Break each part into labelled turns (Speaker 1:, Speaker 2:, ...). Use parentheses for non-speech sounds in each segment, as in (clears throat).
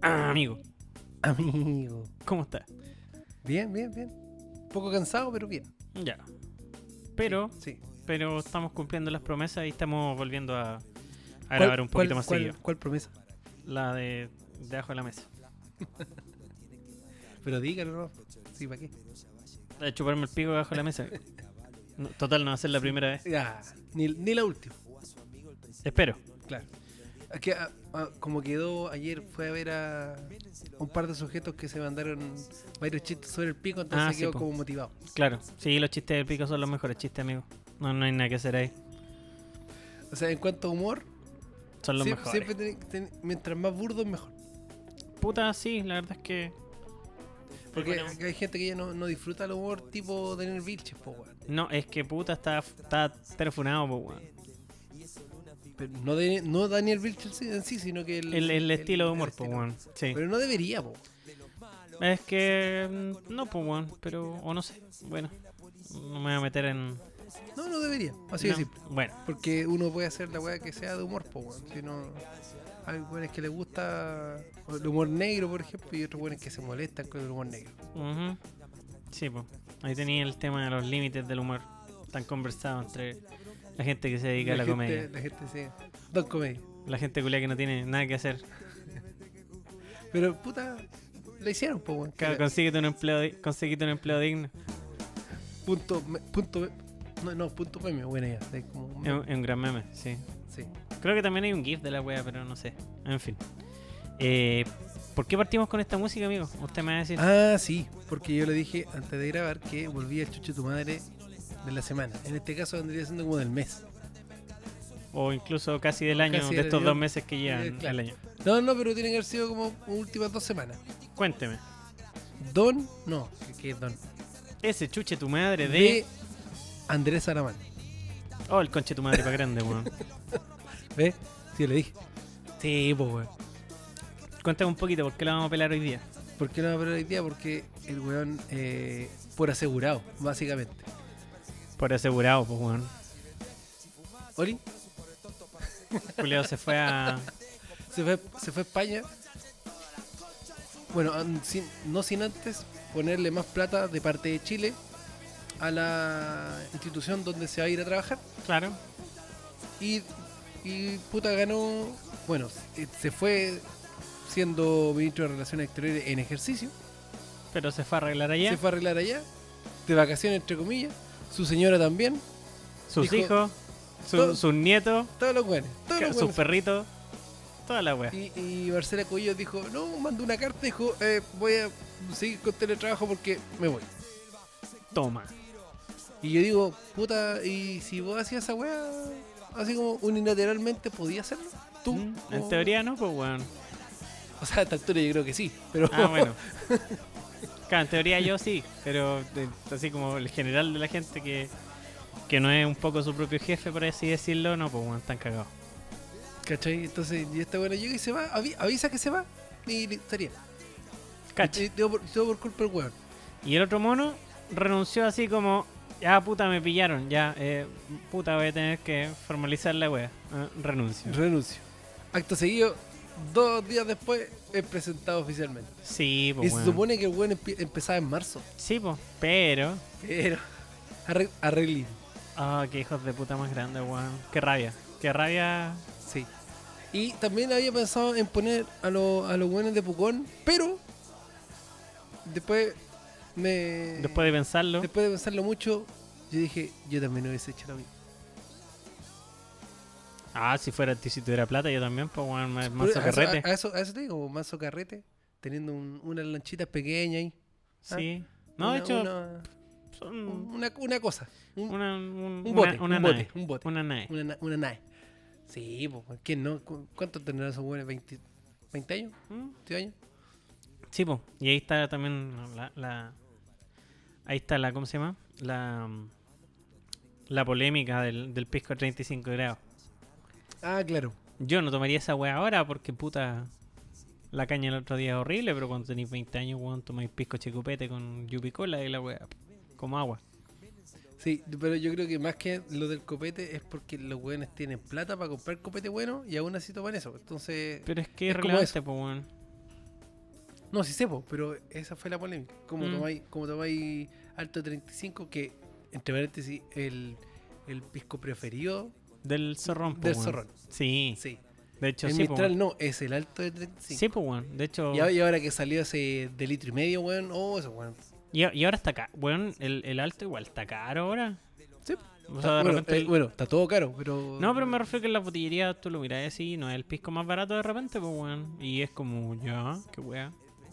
Speaker 1: Ah, amigo,
Speaker 2: (laughs) Amigo.
Speaker 1: ¿cómo está?
Speaker 2: Bien, bien, bien. Un poco cansado, pero bien.
Speaker 1: Ya. Pero,
Speaker 2: Sí.
Speaker 1: pero estamos cumpliendo las promesas y estamos volviendo a, a grabar un poquito más
Speaker 2: cuál,
Speaker 1: seguido.
Speaker 2: ¿Cuál promesa?
Speaker 1: La de debajo de la mesa.
Speaker 2: Pero dígalo, ¿no? Sí, ¿para qué?
Speaker 1: La de chuparme el pico debajo de la mesa. No, total, no va a ser la primera vez.
Speaker 2: Ya, ni, ni la última,
Speaker 1: Espero.
Speaker 2: claro. Es que, ah, ah, como quedó ayer, fue a ver a un par de sujetos que se mandaron varios chistes sobre el pico, entonces
Speaker 1: Ah, sí,
Speaker 2: quedó
Speaker 1: po.
Speaker 2: como motivado.
Speaker 1: Claro. Sí, los chistes del pico son los mejores chistes, amigo. No, no hay nada que hacer ahí.
Speaker 2: O sea, en cuanto a humor,
Speaker 1: Son los
Speaker 2: siempre,
Speaker 1: mejores.
Speaker 2: siempre ten- ten- mientras más burdo, mejor.
Speaker 1: Puta, sí, la verdad es que.
Speaker 2: Porque
Speaker 1: Bueno.
Speaker 2: hay gente que ya no, no disfruta el humor tipo Daniel Vilches, po, weón.
Speaker 1: No, es que puta está, está telefonado, po, weón.
Speaker 2: Pero no, de- no Daniel Vilches en sí, sino que el,
Speaker 1: El, el estilo de
Speaker 2: el
Speaker 1: humor, po,
Speaker 2: estilo.
Speaker 1: weón. Sí.
Speaker 2: Pero no debería, po.
Speaker 1: Es que. mm, No, po, weón. Pero. O no sé. Bueno. No me voy a meter en.
Speaker 2: No, no debería. Así
Speaker 1: no.
Speaker 2: de simple.
Speaker 1: Bueno,
Speaker 2: Porque uno puede hacer la weá que sea de humor, po, weón. Si no, hay weones que les gusta el humor negro, por ejemplo, y otros weones que se molestan con el humor negro.
Speaker 1: ujú. sí, po. Ahí tenía el tema de los límites del humor. Tan conversado entre la gente que se dedica a la
Speaker 2: gente,
Speaker 1: comedia.
Speaker 2: La gente sí. Dos comedias.
Speaker 1: La gente culia que no tiene nada que hacer.
Speaker 2: Pero puta, la hicieron, po, weón.
Speaker 1: Claro,
Speaker 2: Que-
Speaker 1: consíguete un empleo, di- consíguete un empleo digno.
Speaker 2: Punto, me- punto, me- no, no, punto premio, buena idea. Es como un-
Speaker 1: Es un, es un gran meme, sí.
Speaker 2: sí.
Speaker 1: Creo que también hay un GIF de la wea, pero no sé. En fin. Eh, ¿Por qué partimos con esta música, amigo? Usted me va a decir.
Speaker 2: Ah, sí, porque yo le dije antes de grabar que volvía el chucho tu madre de la semana. En este caso vendría siendo como del mes.
Speaker 1: O incluso casi del año,
Speaker 2: Casi
Speaker 1: de
Speaker 2: del
Speaker 1: estos
Speaker 2: año.
Speaker 1: dos meses que llevan
Speaker 2: Eh,
Speaker 1: el
Speaker 2: claro.
Speaker 1: año.
Speaker 2: No, no, pero tiene que haber sido como últimas dos semanas.
Speaker 1: Cuénteme.
Speaker 2: Don, no, que- que es Don.
Speaker 1: Ese chuche tu madre de.
Speaker 2: de Andrés Aramán.
Speaker 1: Oh, el conche tu madre para grande, weón.
Speaker 2: ¿Ves? Sí, le dije.
Speaker 1: (laughs) sí, pues, weón. Cuéntame un poquito, ¿por qué la vamos a pelar hoy día?
Speaker 2: ¿Por qué no va a perder hoy día? Porque el weón, eh, por asegurado, básicamente.
Speaker 1: Por asegurado, pues, weón.
Speaker 2: Oli
Speaker 1: Julio se fue a.
Speaker 2: se fue, se fue a España. Bueno, an- sin- no sin antes ponerle más plata de parte de Chile a la institución donde se va a ir a trabajar.
Speaker 1: Claro.
Speaker 2: Y, y puta ganó. Bueno, se- se fue siendo ministro de Relaciones Exteriores en ejercicio.
Speaker 1: Pero se fue a arreglar allá.
Speaker 2: Se fue a arreglar allá, de vacaciones entre comillas, su señora también,
Speaker 1: sus
Speaker 2: dijo-
Speaker 1: hijos, su-
Speaker 2: Todo-
Speaker 1: sus nietos,
Speaker 2: todos los buenos, todos
Speaker 1: ca-
Speaker 2: los
Speaker 1: sus
Speaker 2: buenos.
Speaker 1: perritos, toda la wea.
Speaker 2: Y, y Marcela Cuello dijo, no, mandó una carta, dijo, eh, voy a seguir con teletrabajo porque me voy.
Speaker 1: Toma.
Speaker 2: Y yo digo, puta, y si vos hacías esa weá, así como unilateralmente podías hacerlo, tú.
Speaker 1: Mm,
Speaker 2: como-
Speaker 1: En teoría no, pues (laughs) weón.
Speaker 2: O sea, a esta altura yo creo que sí, pero
Speaker 1: Ah, bueno. Claro, en teoría yo sí, pero de- así como el general de la gente que, que no es un poco su propio jefe, por así decirlo, no, pues weón, están cagados.
Speaker 2: (laughs) ¿cachai? Entonces, y esta buena llega y se va, avi- avisa que se va, y le estaría.
Speaker 1: Cacha.
Speaker 2: Y Todo por, todo por culpa del weón.
Speaker 1: Y el otro mono renunció así como, ya puta, me pillaron, ya, eh, puta, voy a tener que formalizar la wea. Ah, renuncio.
Speaker 2: Renuncio. Acto seguido, dos días después, es presentado oficialmente.
Speaker 1: Sí,
Speaker 2: y
Speaker 1: pues
Speaker 2: se
Speaker 1: weón.
Speaker 2: supone que el weón empie- empezaba en marzo.
Speaker 1: Sí, pues, pero...
Speaker 2: Pero. arre- Arreglín.
Speaker 1: Ah, qué hijos de puta más grande, weón. Qué rabia. Qué rabia.
Speaker 2: Sí. Y también había pensado en poner a, lo- a los buenos de Pucón, pero. Después me.
Speaker 1: Después de pensarlo.
Speaker 2: después de pensarlo mucho, yo dije, yo también hubiese hecho lo mismo.
Speaker 1: Ah, si fuera si tuviera plata, yo también, pues weón, más
Speaker 2: Pero a eso- ah,
Speaker 1: carrete.
Speaker 2: A, a eso, a eso te digo, mazo carrete, teniendo un- unas lanchitas pequeñas ahí.
Speaker 1: sí. No,
Speaker 2: ah, Una-
Speaker 1: de hecho,
Speaker 2: Una,
Speaker 1: son
Speaker 2: una, una cosa. Un,
Speaker 1: una, un,
Speaker 2: un
Speaker 1: una-
Speaker 2: bote,
Speaker 1: una
Speaker 2: un
Speaker 1: nave.
Speaker 2: bote, un bote.
Speaker 1: Una nave.
Speaker 2: Una, na- una nave. Sí, pues, ¿quién no? ¿Cu- ¿Cuánto tendrán esos buenos? ¿20, 20 años?
Speaker 1: Mm,
Speaker 2: ¿20 años?
Speaker 1: Sí, pues. Y ahí está también la, la- Ahí está la. ¿Cómo se llama? La. mm, La polémica del, del pisco a 35 grados.
Speaker 2: Ah, claro.
Speaker 1: Yo no tomaría esa weá ahora porque puta. La caña el otro día es horrible, pero cuando tenéis 20 años, weón, tomáis pisco chicopete con yupicola y la weá. Como agua.
Speaker 2: Sí, pero yo creo que más que lo del copete es porque los weones tienen plata para comprar copete bueno y aún así toman eso. Entonces,
Speaker 1: Pero es que
Speaker 2: Es
Speaker 1: es
Speaker 2: como
Speaker 1: relevante, pues, weón.
Speaker 2: no, sí sepo, pero esa fue la polémica. Como
Speaker 1: Mm.
Speaker 2: tomáis, como tomáis Alto 35, que entre paréntesis, el, el pisco preferido,
Speaker 1: Del zorrón, po,
Speaker 2: Del
Speaker 1: weón.
Speaker 2: zorrón.
Speaker 1: Sí,
Speaker 2: sí.
Speaker 1: de hecho,
Speaker 2: el
Speaker 1: sí, po,
Speaker 2: Mistral
Speaker 1: weón.
Speaker 2: no, es el Alto de 35.
Speaker 1: Sí, pues, weón. De hecho,
Speaker 2: Y ahora- y ahora que salió ese de litro y medio, weón, oh, eso, weón.
Speaker 1: y, a- y ahora está caro. Weón, el, el alto igual está caro ahora.
Speaker 2: Sí.
Speaker 1: O sea, de
Speaker 2: bueno,
Speaker 1: repente.
Speaker 2: eh,
Speaker 1: el-
Speaker 2: bueno, está todo caro, pero.
Speaker 1: No, pero me refiero que en la botillería tú lo miras así, no es el pisco más barato de repente, pues, weón. Y es como, ya, qué weá.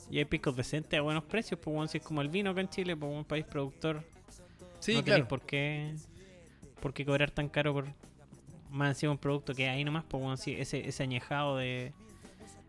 Speaker 1: Y hay piscos decentes a buenos precios, pues, weón. Si es como el vino acá en Chile, pues, un país productor.
Speaker 2: Sí,
Speaker 1: no tenéis
Speaker 2: claro.
Speaker 1: por qué, por qué cobrar tan caro por más encima un producto que ahí nomás, pues, weón. Sí, ese, ese añejado de.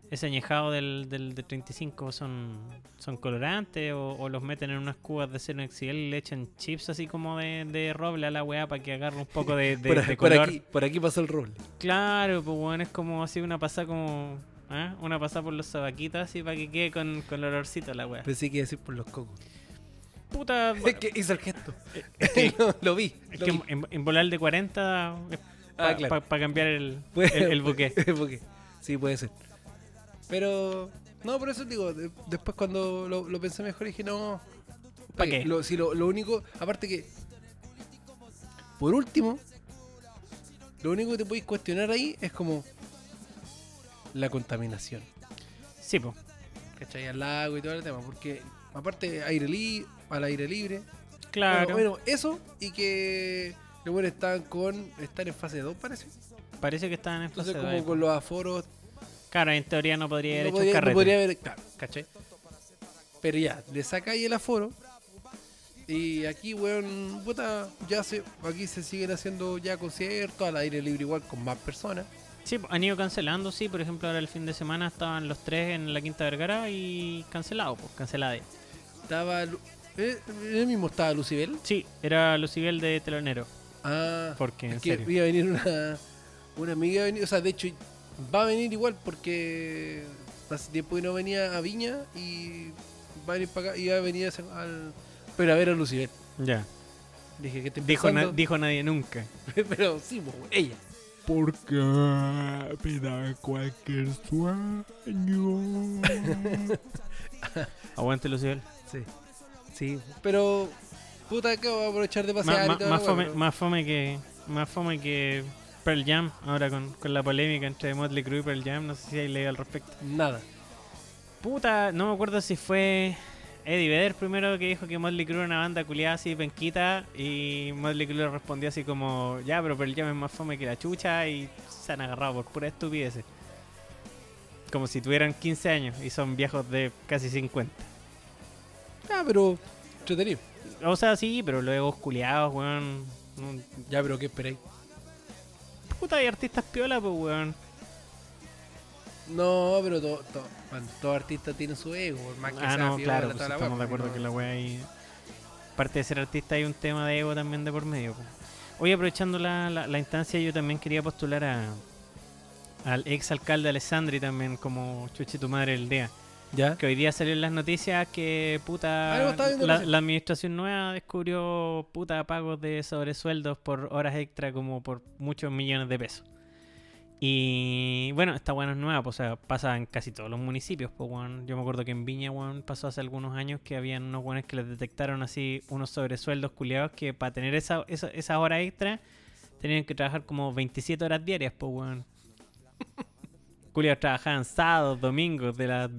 Speaker 1: Ese añejado del, del, del 35 son, son colorantes o, o los meten en unas cubas de cero exil y le echan chips así como de, de roble a la weá para que agarre un poco de, de-
Speaker 2: (laughs) por,
Speaker 1: de
Speaker 2: por
Speaker 1: color.
Speaker 2: aquí, por aquí pasó el roble.
Speaker 1: Claro, pues bueno, es como así una pasada como... ¿ah? Una pasada por los sabaquitos así para que quede con, con el olorcito la weá.
Speaker 2: Pensé que iba a decir por los cocos. (laughs)
Speaker 1: Puta...
Speaker 2: Es
Speaker 1: bueno,
Speaker 2: que hizo
Speaker 1: (laughs)
Speaker 2: el gesto.
Speaker 1: que-
Speaker 2: (laughs) No, lo vi.
Speaker 1: es
Speaker 2: lo
Speaker 1: que
Speaker 2: vi.
Speaker 1: en, en- en volar de 40 para
Speaker 2: Ah, claro.
Speaker 1: cambiar
Speaker 2: (laughs)
Speaker 1: el,
Speaker 2: Puede-
Speaker 1: el, el buque.
Speaker 2: Porque- sí, puede ser. Pero. No, por eso digo, de- después cuando lo, lo pensé mejor dije, no.
Speaker 1: ¿Pa'
Speaker 2: oye,
Speaker 1: qué?
Speaker 2: Lo, si lo, lo único. Aparte que. Por último. Lo único que te podéis cuestionar ahí es como. La contaminación.
Speaker 1: Sí, pues.
Speaker 2: ¿Cachai? Al lago y todo el tema. Porque. Aparte, aire li- al aire libre.
Speaker 1: Claro.
Speaker 2: Bueno, bueno, eso y que los buenos están con. están en fase 2 parece.
Speaker 1: Parece que estaban en
Speaker 2: Entonces
Speaker 1: fase
Speaker 2: como
Speaker 1: dos,
Speaker 2: con los aforos.
Speaker 1: Claro, en teoría no podría haber
Speaker 2: No
Speaker 1: hecho
Speaker 2: podría,
Speaker 1: un
Speaker 2: no
Speaker 1: carrete.
Speaker 2: podría haber. Claro, ¿cachai? Pero ya, le sacáis el aforo. Y aquí, weón, puta, ya se, aquí se siguen haciendo ya conciertos al aire libre igual con más personas.
Speaker 1: Sí, po, han ido cancelando, sí. Por ejemplo, ahora el fin de semana estaban los tres en la Quinta Vergara y cancelado, pues, cancelado.
Speaker 2: Estaba, Lu- eh, él mismo estaba Lucibel.
Speaker 1: Sí, era Lucibel de telonero.
Speaker 2: Ah,
Speaker 1: Porque, en
Speaker 2: es que
Speaker 1: serio.
Speaker 2: iba a venir una, una amiga, iba a venir, o sea, de hecho va a venir igual porque hace tiempo que no venía a Viña y va a venir para acá y va a venir a hacer- al, pero a ver a Lucibel.
Speaker 1: Ya.
Speaker 2: Dije que te
Speaker 1: Dijo, na- dijo nadie nunca.
Speaker 2: (laughs) pero sí, pues, güey, ella.
Speaker 3: Porque pida cualquier sueño.
Speaker 1: Aguante, Lucibel.
Speaker 2: Sí. Sí, pero puta que voy a aprovechar de
Speaker 1: Ma-
Speaker 2: pasear
Speaker 1: ma-
Speaker 2: y todo,
Speaker 1: más,
Speaker 2: güey,
Speaker 1: fome,
Speaker 2: pero-
Speaker 1: más fome que más fome que Pearl Jam ahora con, con la polémica entre Motley Crue y Pearl Jam no sé si hay leído al respecto
Speaker 2: nada.
Speaker 1: puta no me acuerdo si fue Eddie Vedder primero que dijo que Motley Crue era una banda culiada así penquita y Motley Crue le respondió así como ya pero Pearl Jam es más fome que la chucha y se han agarrado por pura estupidez como si tuvieran 15 años y son viejos de casi 50
Speaker 2: Ah, pero entretenido.
Speaker 1: o sea sí pero luego culiados weón no-
Speaker 2: Ya, pero qué esperáis?
Speaker 1: puta hay artistas piola pues weón
Speaker 2: No, pero todo, todo, bueno, todo artista tiene su ego, por más que
Speaker 1: Ah,
Speaker 2: sea
Speaker 1: no,
Speaker 2: figura,
Speaker 1: claro,
Speaker 2: toda
Speaker 1: pues
Speaker 2: la
Speaker 1: estamos de
Speaker 2: weá,
Speaker 1: acuerdo
Speaker 2: no.
Speaker 1: que la wea ahí. Aparte de ser artista, hay un tema de ego también de por medio. pues. Hoy, aprovechando la, la- la instancia, yo también quería postular a, al ex alcalde Alessandri también, como chuche tu madre el día.
Speaker 2: ¿Ya?
Speaker 1: Que hoy día salió en las noticias que
Speaker 2: Algo
Speaker 1: puta.
Speaker 2: estaba viendo
Speaker 1: La,
Speaker 2: recién.
Speaker 1: la administración nueva descubrió puta pagos de sobresueldos por horas extra, como por muchos millones de pesos. Y bueno, esta weá no es nueva, pues, o sea, pasa en casi todos los municipios. Pues, weón. Yo me acuerdo que en Viña, weón, pasó hace algunos años que habían unos weones que les detectaron así unos sobresueldos culiados que para tener esa, esa, esa hora extra tenían que trabajar como 27 horas diarias, pues, weón. (laughs) culiados trabajaban sábados, domingos, de las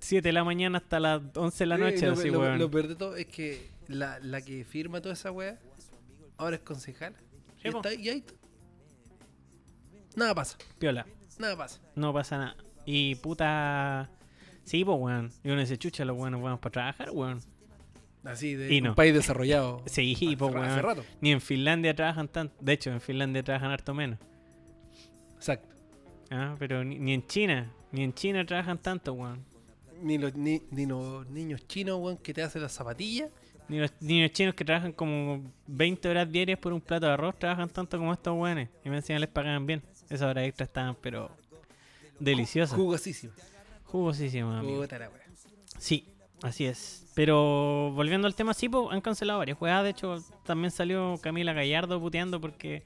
Speaker 1: 7 de la mañana hasta las 11 de la
Speaker 2: Sí,
Speaker 1: noche,
Speaker 2: lo,
Speaker 1: así,
Speaker 2: lo-
Speaker 1: weón.
Speaker 2: lo peor de todo es que la, la que firma toda esa weá ahora es concejala.
Speaker 1: Sí,
Speaker 2: y,
Speaker 1: po.
Speaker 2: está, ahí- y ahí está. Nada pasa,
Speaker 1: Piola.
Speaker 2: nada pasa.
Speaker 1: No pasa nada. Y puta. Sí, pues, weón. Y uno dice, chucha, los buenos vamos para trabajar, weón.
Speaker 2: Así de
Speaker 1: Y
Speaker 2: un
Speaker 1: no.
Speaker 2: país desarrollado.
Speaker 1: (laughs) Sí,
Speaker 2: hace,
Speaker 1: pues,
Speaker 2: ra- hace
Speaker 1: weón.
Speaker 2: rato.
Speaker 1: Ni en Finlandia trabajan tanto. De hecho, en Finlandia trabajan harto menos.
Speaker 2: Exacto.
Speaker 1: Ah, Pero ni, ni en China. Ni en China trabajan tanto, weón.
Speaker 2: Ni los, ni, ni los niños chinos, weón, que te hacen las zapatillas.
Speaker 1: Ni los niños chinos que trabajan como 20 horas diarias por un plato de arroz trabajan tanto como estos weones. Y me encima les pagaban bien. Esas horas extra estaban, pero. deliciosas.
Speaker 2: Jugosísimas.
Speaker 1: Jugosísimas, amigo.
Speaker 2: Puta la weá.
Speaker 1: Sí. Así es. Pero volviendo al tema, sí, po, han cancelado varias jugadas. De hecho, también salió Camila Gallardo puteando porque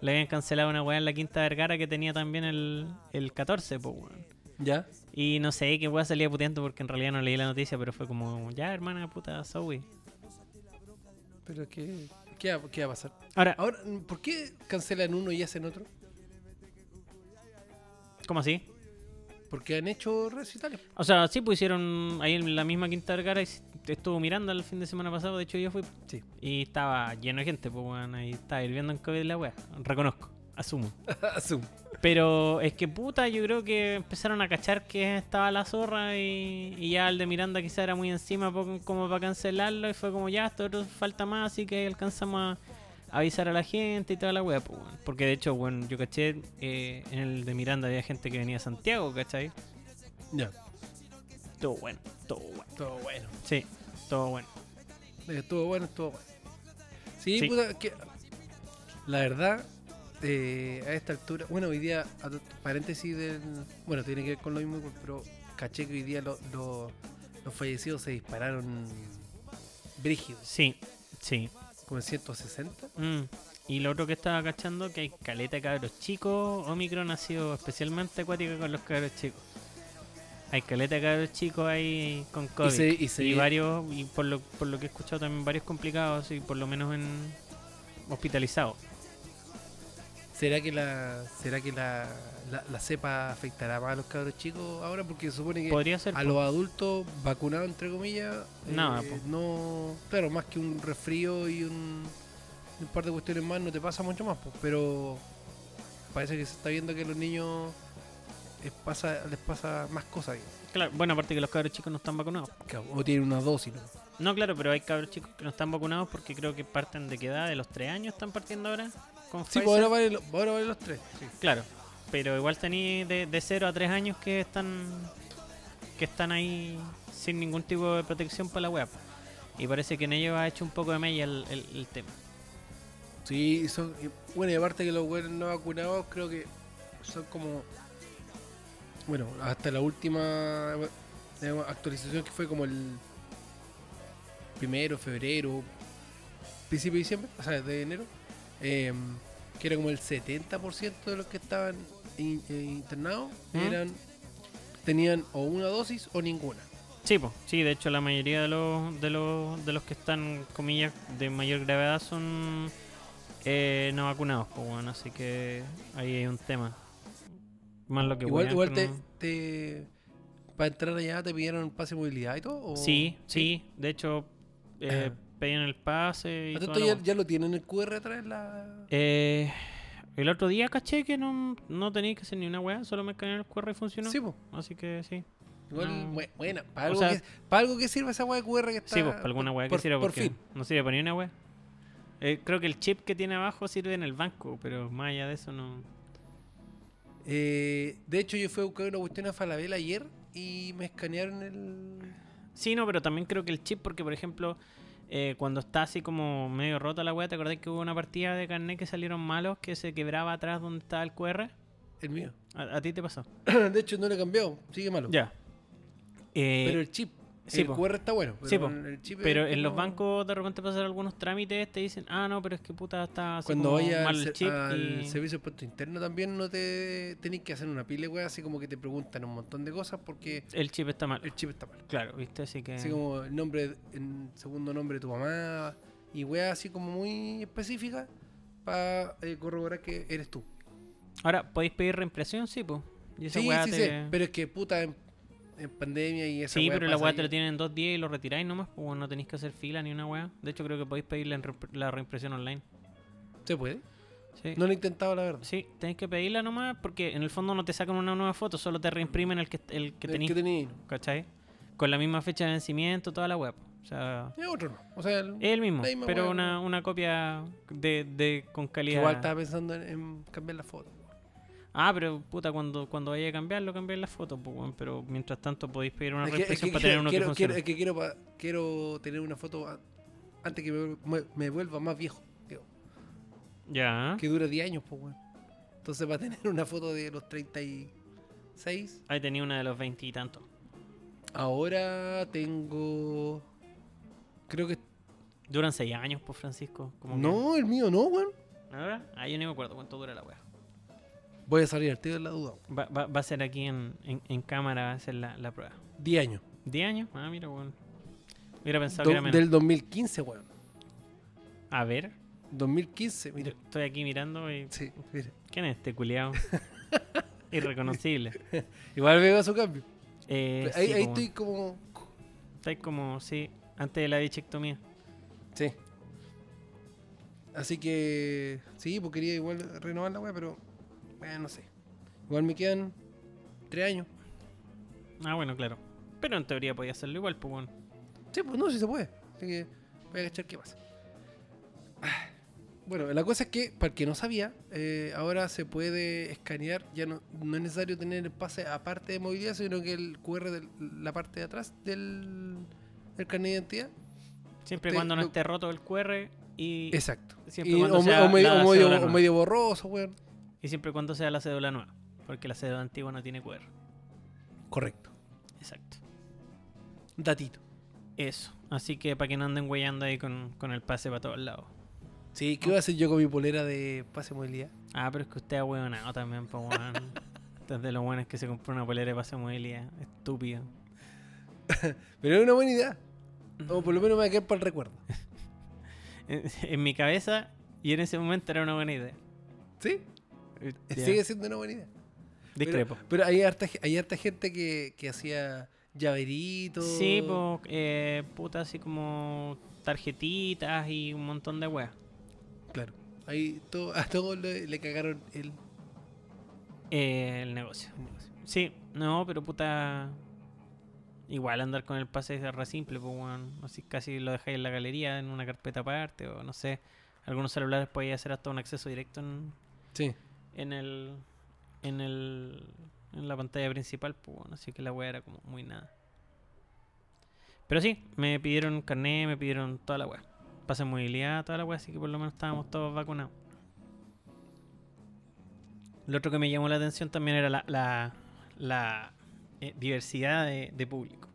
Speaker 1: le habían cancelado una jugada en la Quinta Vergara que tenía también el, el 14, po, weón.
Speaker 2: ¿Ya?
Speaker 1: Y no sé qué weá salía puteando porque en realidad no leí la noticia, pero fue como, ya, hermana puta, Zoe.
Speaker 2: Pero ¿qué, qué, va, qué va a pasar?
Speaker 1: Ahora,
Speaker 2: Ahora, ¿por qué cancelan uno y hacen otro?
Speaker 1: ¿cómo así?
Speaker 2: Porque han hecho recitales. (laughs)
Speaker 1: O sea, sí pusieron ahí en la misma Quinta Vergara. y s- Estuvo mirando el fin de semana pasado, de hecho yo fui.
Speaker 2: Sí.
Speaker 1: Y estaba lleno de gente, pues weón, ahí estaba hirviendo en COVID la weá. Reconozco, asumo.
Speaker 2: Zoom.
Speaker 1: Pero es que puta, yo creo que empezaron a cachar que estaba la zorra y, y ya el de Miranda quizá era muy encima po- como para cancelarlo y fue como ya, esto otro falta más, así que alcanzamos a avisar a la gente y toda la wea. po, weón. Porque de hecho, bueno, yo caché, eh, en el de Miranda había gente que venía de Santiago, ¿cachai?
Speaker 2: Ya.
Speaker 1: Todo bueno, todo bueno.
Speaker 2: Todo bueno.
Speaker 1: Sí, todo bueno.
Speaker 2: Estuvo bueno, estuvo bueno. Sí,
Speaker 1: Sí.
Speaker 2: puta, que. La verdad, eh, a esta altura. Bueno, hoy día, a to- paréntesis del. Bueno, tiene que ver con lo mismo, pero caché que hoy día lo- lo- los fallecidos se dispararon. Brígidos,
Speaker 1: Sí, sí.
Speaker 2: como en 160.
Speaker 1: Mm. Y lo otro que estaba cachando que hay caleta de cabros chicos. Omicron ha sido especialmente acuática con los cabros chicos. Hay caleta de cabros chicos ahí con COVID.
Speaker 2: se- y se-
Speaker 1: varios, y por lo, por lo que he escuchado también varios complicados y por lo menos en hospitalizados.
Speaker 2: ¿Será que la será que la, la, la cepa afectará más a los cabros chicos ahora? Porque se supone que
Speaker 1: Podría ser.
Speaker 2: a
Speaker 1: po.
Speaker 2: los adultos vacunados, entre comillas, eh,
Speaker 1: Nada, po.
Speaker 2: no. Claro, más que un resfrío y un, un par de cuestiones más, no te pasa mucho más, po, pero parece que se está viendo que a los niños les pasa, les pasa más cosas. digamos.
Speaker 1: Claro, bueno, aparte que los cabros chicos no están vacunados.
Speaker 2: O tienen una dosis. ¿no?
Speaker 1: No, claro, pero hay cabros chicos que no están vacunados porque creo que parten de qué edad, de los tres años están partiendo ahora. Con
Speaker 2: Sí,
Speaker 1: Pfizer.
Speaker 2: pues ahora valen lo- ahora valen los tres. sí.
Speaker 1: Claro, pero igual tení de, de 0 a 3 años que están que están ahí sin ningún tipo de protección para la web. Y parece que en ello ha hecho un poco de mella el, el- el tema.
Speaker 2: Sí, son. y- Bueno, y aparte que los buenos no vacunados, creo que son como. Bueno, hasta la última digamos, actualización que fue como el. Primero, febrero, principio de diciembre, o sea, de enero, eh, que era como el 70% de los que estaban in- eh, internados
Speaker 1: ¿Mm?
Speaker 2: eran tenían o una dosis o ninguna.
Speaker 1: Sí, po, sí, de hecho la mayoría de los, de los, de los que están, comillas, de mayor gravedad son eh, no vacunados, pues bueno, así que ahí hay un tema. Más lo que
Speaker 2: igual
Speaker 1: wean
Speaker 2: igual
Speaker 1: con-
Speaker 2: te, te- Para entrar allá te pidieron pase de movilidad y todo. ¿o?
Speaker 1: Sí, sí, de hecho eh, pedían el pase y
Speaker 2: ¿A
Speaker 1: toda
Speaker 2: tanto
Speaker 1: la
Speaker 2: ya,
Speaker 1: wea.
Speaker 2: ya lo tienen el QR atrás la...
Speaker 1: Eh, el otro día caché que no, no tenía que hacer ni una weá, solo me escaneé el QR y funcionó.
Speaker 2: Sí, po.
Speaker 1: Así que sí.
Speaker 2: Igual,
Speaker 1: No.
Speaker 2: bue- buena. Para
Speaker 1: O
Speaker 2: algo,
Speaker 1: sea-
Speaker 2: que, para algo que sirva esa weá de QR que está...
Speaker 1: Sí, pues, para alguna weá que
Speaker 2: por-
Speaker 1: sirva
Speaker 2: Por
Speaker 1: porque
Speaker 2: fin.
Speaker 1: no sirve para ni una weá. Eh, creo que el chip que tiene abajo sirve en el banco, pero más allá de eso no.
Speaker 2: Eh, de hecho, yo fui a buscar una cuestión a Falabella ayer y me escanearon el...
Speaker 1: Sí, no, pero también creo que el chip, porque por ejemplo, eh, cuando está así como medio rota la weá, ¿te acordás que hubo una partida de carnet que salieron malos que se quebraba atrás donde estaba el QR?
Speaker 2: El mío. (clears throat)
Speaker 1: ¿A, a ti te pasó?
Speaker 2: de hecho, no lo he cambiado. Sigue malo.
Speaker 1: Ya. Eh,
Speaker 2: Pero el chip.
Speaker 1: sí,
Speaker 2: el
Speaker 1: po.
Speaker 2: QR está bueno. Pero,
Speaker 1: Sí, po.
Speaker 2: el chip es
Speaker 1: Pero en
Speaker 2: como-
Speaker 1: los bancos de repente pasan algunos trámites, te dicen, ah, no, pero es que puta está así
Speaker 2: Cuando
Speaker 1: como
Speaker 2: vayas
Speaker 1: mal
Speaker 2: al,
Speaker 1: el
Speaker 2: ser-
Speaker 1: chip.
Speaker 2: al
Speaker 1: y-
Speaker 2: servicio de puesto interno también no te tenés que hacer una pila, de weá, así como que te preguntan un montón de cosas porque
Speaker 1: El chip está mal.
Speaker 2: el chip está mal.
Speaker 1: Claro, ¿viste? Así que...
Speaker 2: Así como el nombre, el segundo nombre de tu mamá y weas así como muy específica para corroborar que eres tú.
Speaker 1: Ahora, ¿podéis pedir reimpresión? Sí, pues. Y esa
Speaker 2: sí,
Speaker 1: weá
Speaker 2: sí,
Speaker 1: te-
Speaker 2: sí, pero es que puta en, en pandemia y esa
Speaker 1: Sí,
Speaker 2: wea
Speaker 1: pero la
Speaker 2: pasa
Speaker 1: weá te
Speaker 2: que-
Speaker 1: lo tienen en dos días y lo retiráis nomás, pues bueno, no tenéis que hacer fila ni una weá. De hecho, creo que podéis pedir la, re- la reimpresión online.
Speaker 2: ¿Se puede?
Speaker 1: Sí.
Speaker 2: No lo he intentado, la verdad.
Speaker 1: Sí, tenéis que pedirla nomás porque en el fondo no te sacan una nueva foto, solo te reimprimen el que, el que
Speaker 2: El
Speaker 1: tenéis,
Speaker 2: que tenía
Speaker 1: ¿cachai? Con la misma fecha de vencimiento, toda la weá. po. O sea,
Speaker 2: Y otro no. O sea, el-
Speaker 1: Es el mismo,
Speaker 2: La misma
Speaker 1: pero
Speaker 2: hueá,
Speaker 1: una, una copia de, de- con
Speaker 2: que
Speaker 1: calidad.
Speaker 2: igual estaba pensando en, en cambiar la foto.
Speaker 1: Ah, pero puta, cuando, cuando vaya a cambiarlo, cambiar la foto, pues, weón, pero mientras tanto podéis pedir una
Speaker 2: Es que- es
Speaker 1: reimpresión
Speaker 2: que
Speaker 1: para tener
Speaker 2: quiero-
Speaker 1: uno que
Speaker 2: quiero-
Speaker 1: funcione.
Speaker 2: quiero- es que quiero pa- quiero tener una foto a- antes que me, me- me vuelva más viejo. digo.
Speaker 1: Ya.
Speaker 2: eh, que dura 10 años, pues, weón. Entonces va a tener una foto de los 36.
Speaker 1: Ahí tenía una de los veintitantos.
Speaker 2: Ahora tengo. Creo que.
Speaker 1: Duran seis años, por Francisco. como que-
Speaker 2: No, el mío no, weón.
Speaker 1: ¿Ahora? Ah, yo no me acuerdo cuánto dura la wea.
Speaker 2: Voy a salir al tiro de la duda. weón.
Speaker 1: Va, va- va a ser aquí en, en- en cámara, va a ser la, la prueba.
Speaker 2: 10 años.
Speaker 1: ¿10 años? Ah, mira, weón. Hubiera pensado
Speaker 2: Do-
Speaker 1: que era menos.
Speaker 2: del 2015, weón.
Speaker 1: A ver,
Speaker 2: 2015,
Speaker 1: yo
Speaker 2: mira.
Speaker 1: estoy aquí mirando y.
Speaker 2: Sí, mira.
Speaker 1: ¿Quién es este
Speaker 2: (laughs)
Speaker 1: culiao? Irreconocible.
Speaker 2: Igual veo su cambio.
Speaker 1: Eh,
Speaker 2: ahí
Speaker 1: sí,
Speaker 2: ahí
Speaker 1: po,
Speaker 2: estoy como.
Speaker 1: weón. Estáis como, sí, antes de la bichectomía.
Speaker 2: Sí. Así que. Sí, pues quería igual renovar la weá, pero. eh, no sé. Igual me quedan. 3 años.
Speaker 1: Ah, bueno, claro. Pero en teoría podía hacerlo igual, pues bueno.
Speaker 2: Sí, pues no, si se puede. Así que voy a cachar qué pasa. Ah, Bueno, la cosa es que, para el que no sabía, eh, ahora se puede escanear, ya no, no es necesario tener el pase aparte de movilidad, sino que el QR de la parte de atrás del, del carnet de identidad.
Speaker 1: Siempre y
Speaker 2: Te-
Speaker 1: cuando no
Speaker 2: lo-
Speaker 1: esté roto el QR y,
Speaker 2: Exacto.
Speaker 1: siempre
Speaker 2: Y
Speaker 1: cuando
Speaker 2: o, me-
Speaker 1: sea
Speaker 2: o medio,
Speaker 1: la
Speaker 2: o medio-
Speaker 1: cédula
Speaker 2: o
Speaker 1: nueva.
Speaker 2: medio borroso, weón.
Speaker 1: y siempre y cuando sea la cédula nueva. Porque la cédula antigua no tiene QR.
Speaker 2: Correcto.
Speaker 1: Exacto.
Speaker 2: Datito.
Speaker 1: Eso. Así que para que no anden huellando ahí con, con el pase para todos lados.
Speaker 2: Sí, ¿qué voy a hacer yo con mi polera de pase de movilidad?
Speaker 1: Ah, pero es que usted ha hueonado también, pues weón. Entonces lo bueno es que se compró una polera de pase de movilidad. Estúpido.
Speaker 2: Pero es una buena idea. O por lo menos me va a quedar para
Speaker 1: (laughs)
Speaker 2: el recuerdo.
Speaker 1: En, en mi cabeza y en ese momento era una buena idea.
Speaker 2: ¿Sí?
Speaker 1: Eh, ya.
Speaker 2: Sigue siendo una buena idea. Pero-
Speaker 1: Discrepo.
Speaker 2: Pero, hay, harta, ge- hay harta gente que, que hacía llaveritos.
Speaker 1: Sí, pues, eh, puta, así como tarjetitas y un montón de weas.
Speaker 2: Claro. Ahí todo, a todos le, le cagaron el
Speaker 1: Eh, el negocio.
Speaker 2: negocio.
Speaker 1: Sí, no, pero puta. Igual andar con el pase es re simple, pues, weón. Así casi lo dejáis en la galería, en una carpeta aparte, o no sé. Algunos celulares podéis hacer hasta un acceso directo en,
Speaker 2: Sí.
Speaker 1: en el. En el. En la pantalla principal, pues, weón. Así que la wea era como muy nada. Pero sí, me pidieron carnet, me pidieron toda la wea. Pase de movilidad, toda la wea, así que por lo menos estábamos todos vacunados. Lo otro que me llamó la atención también era la, la, la, eh, diversidad de, de público.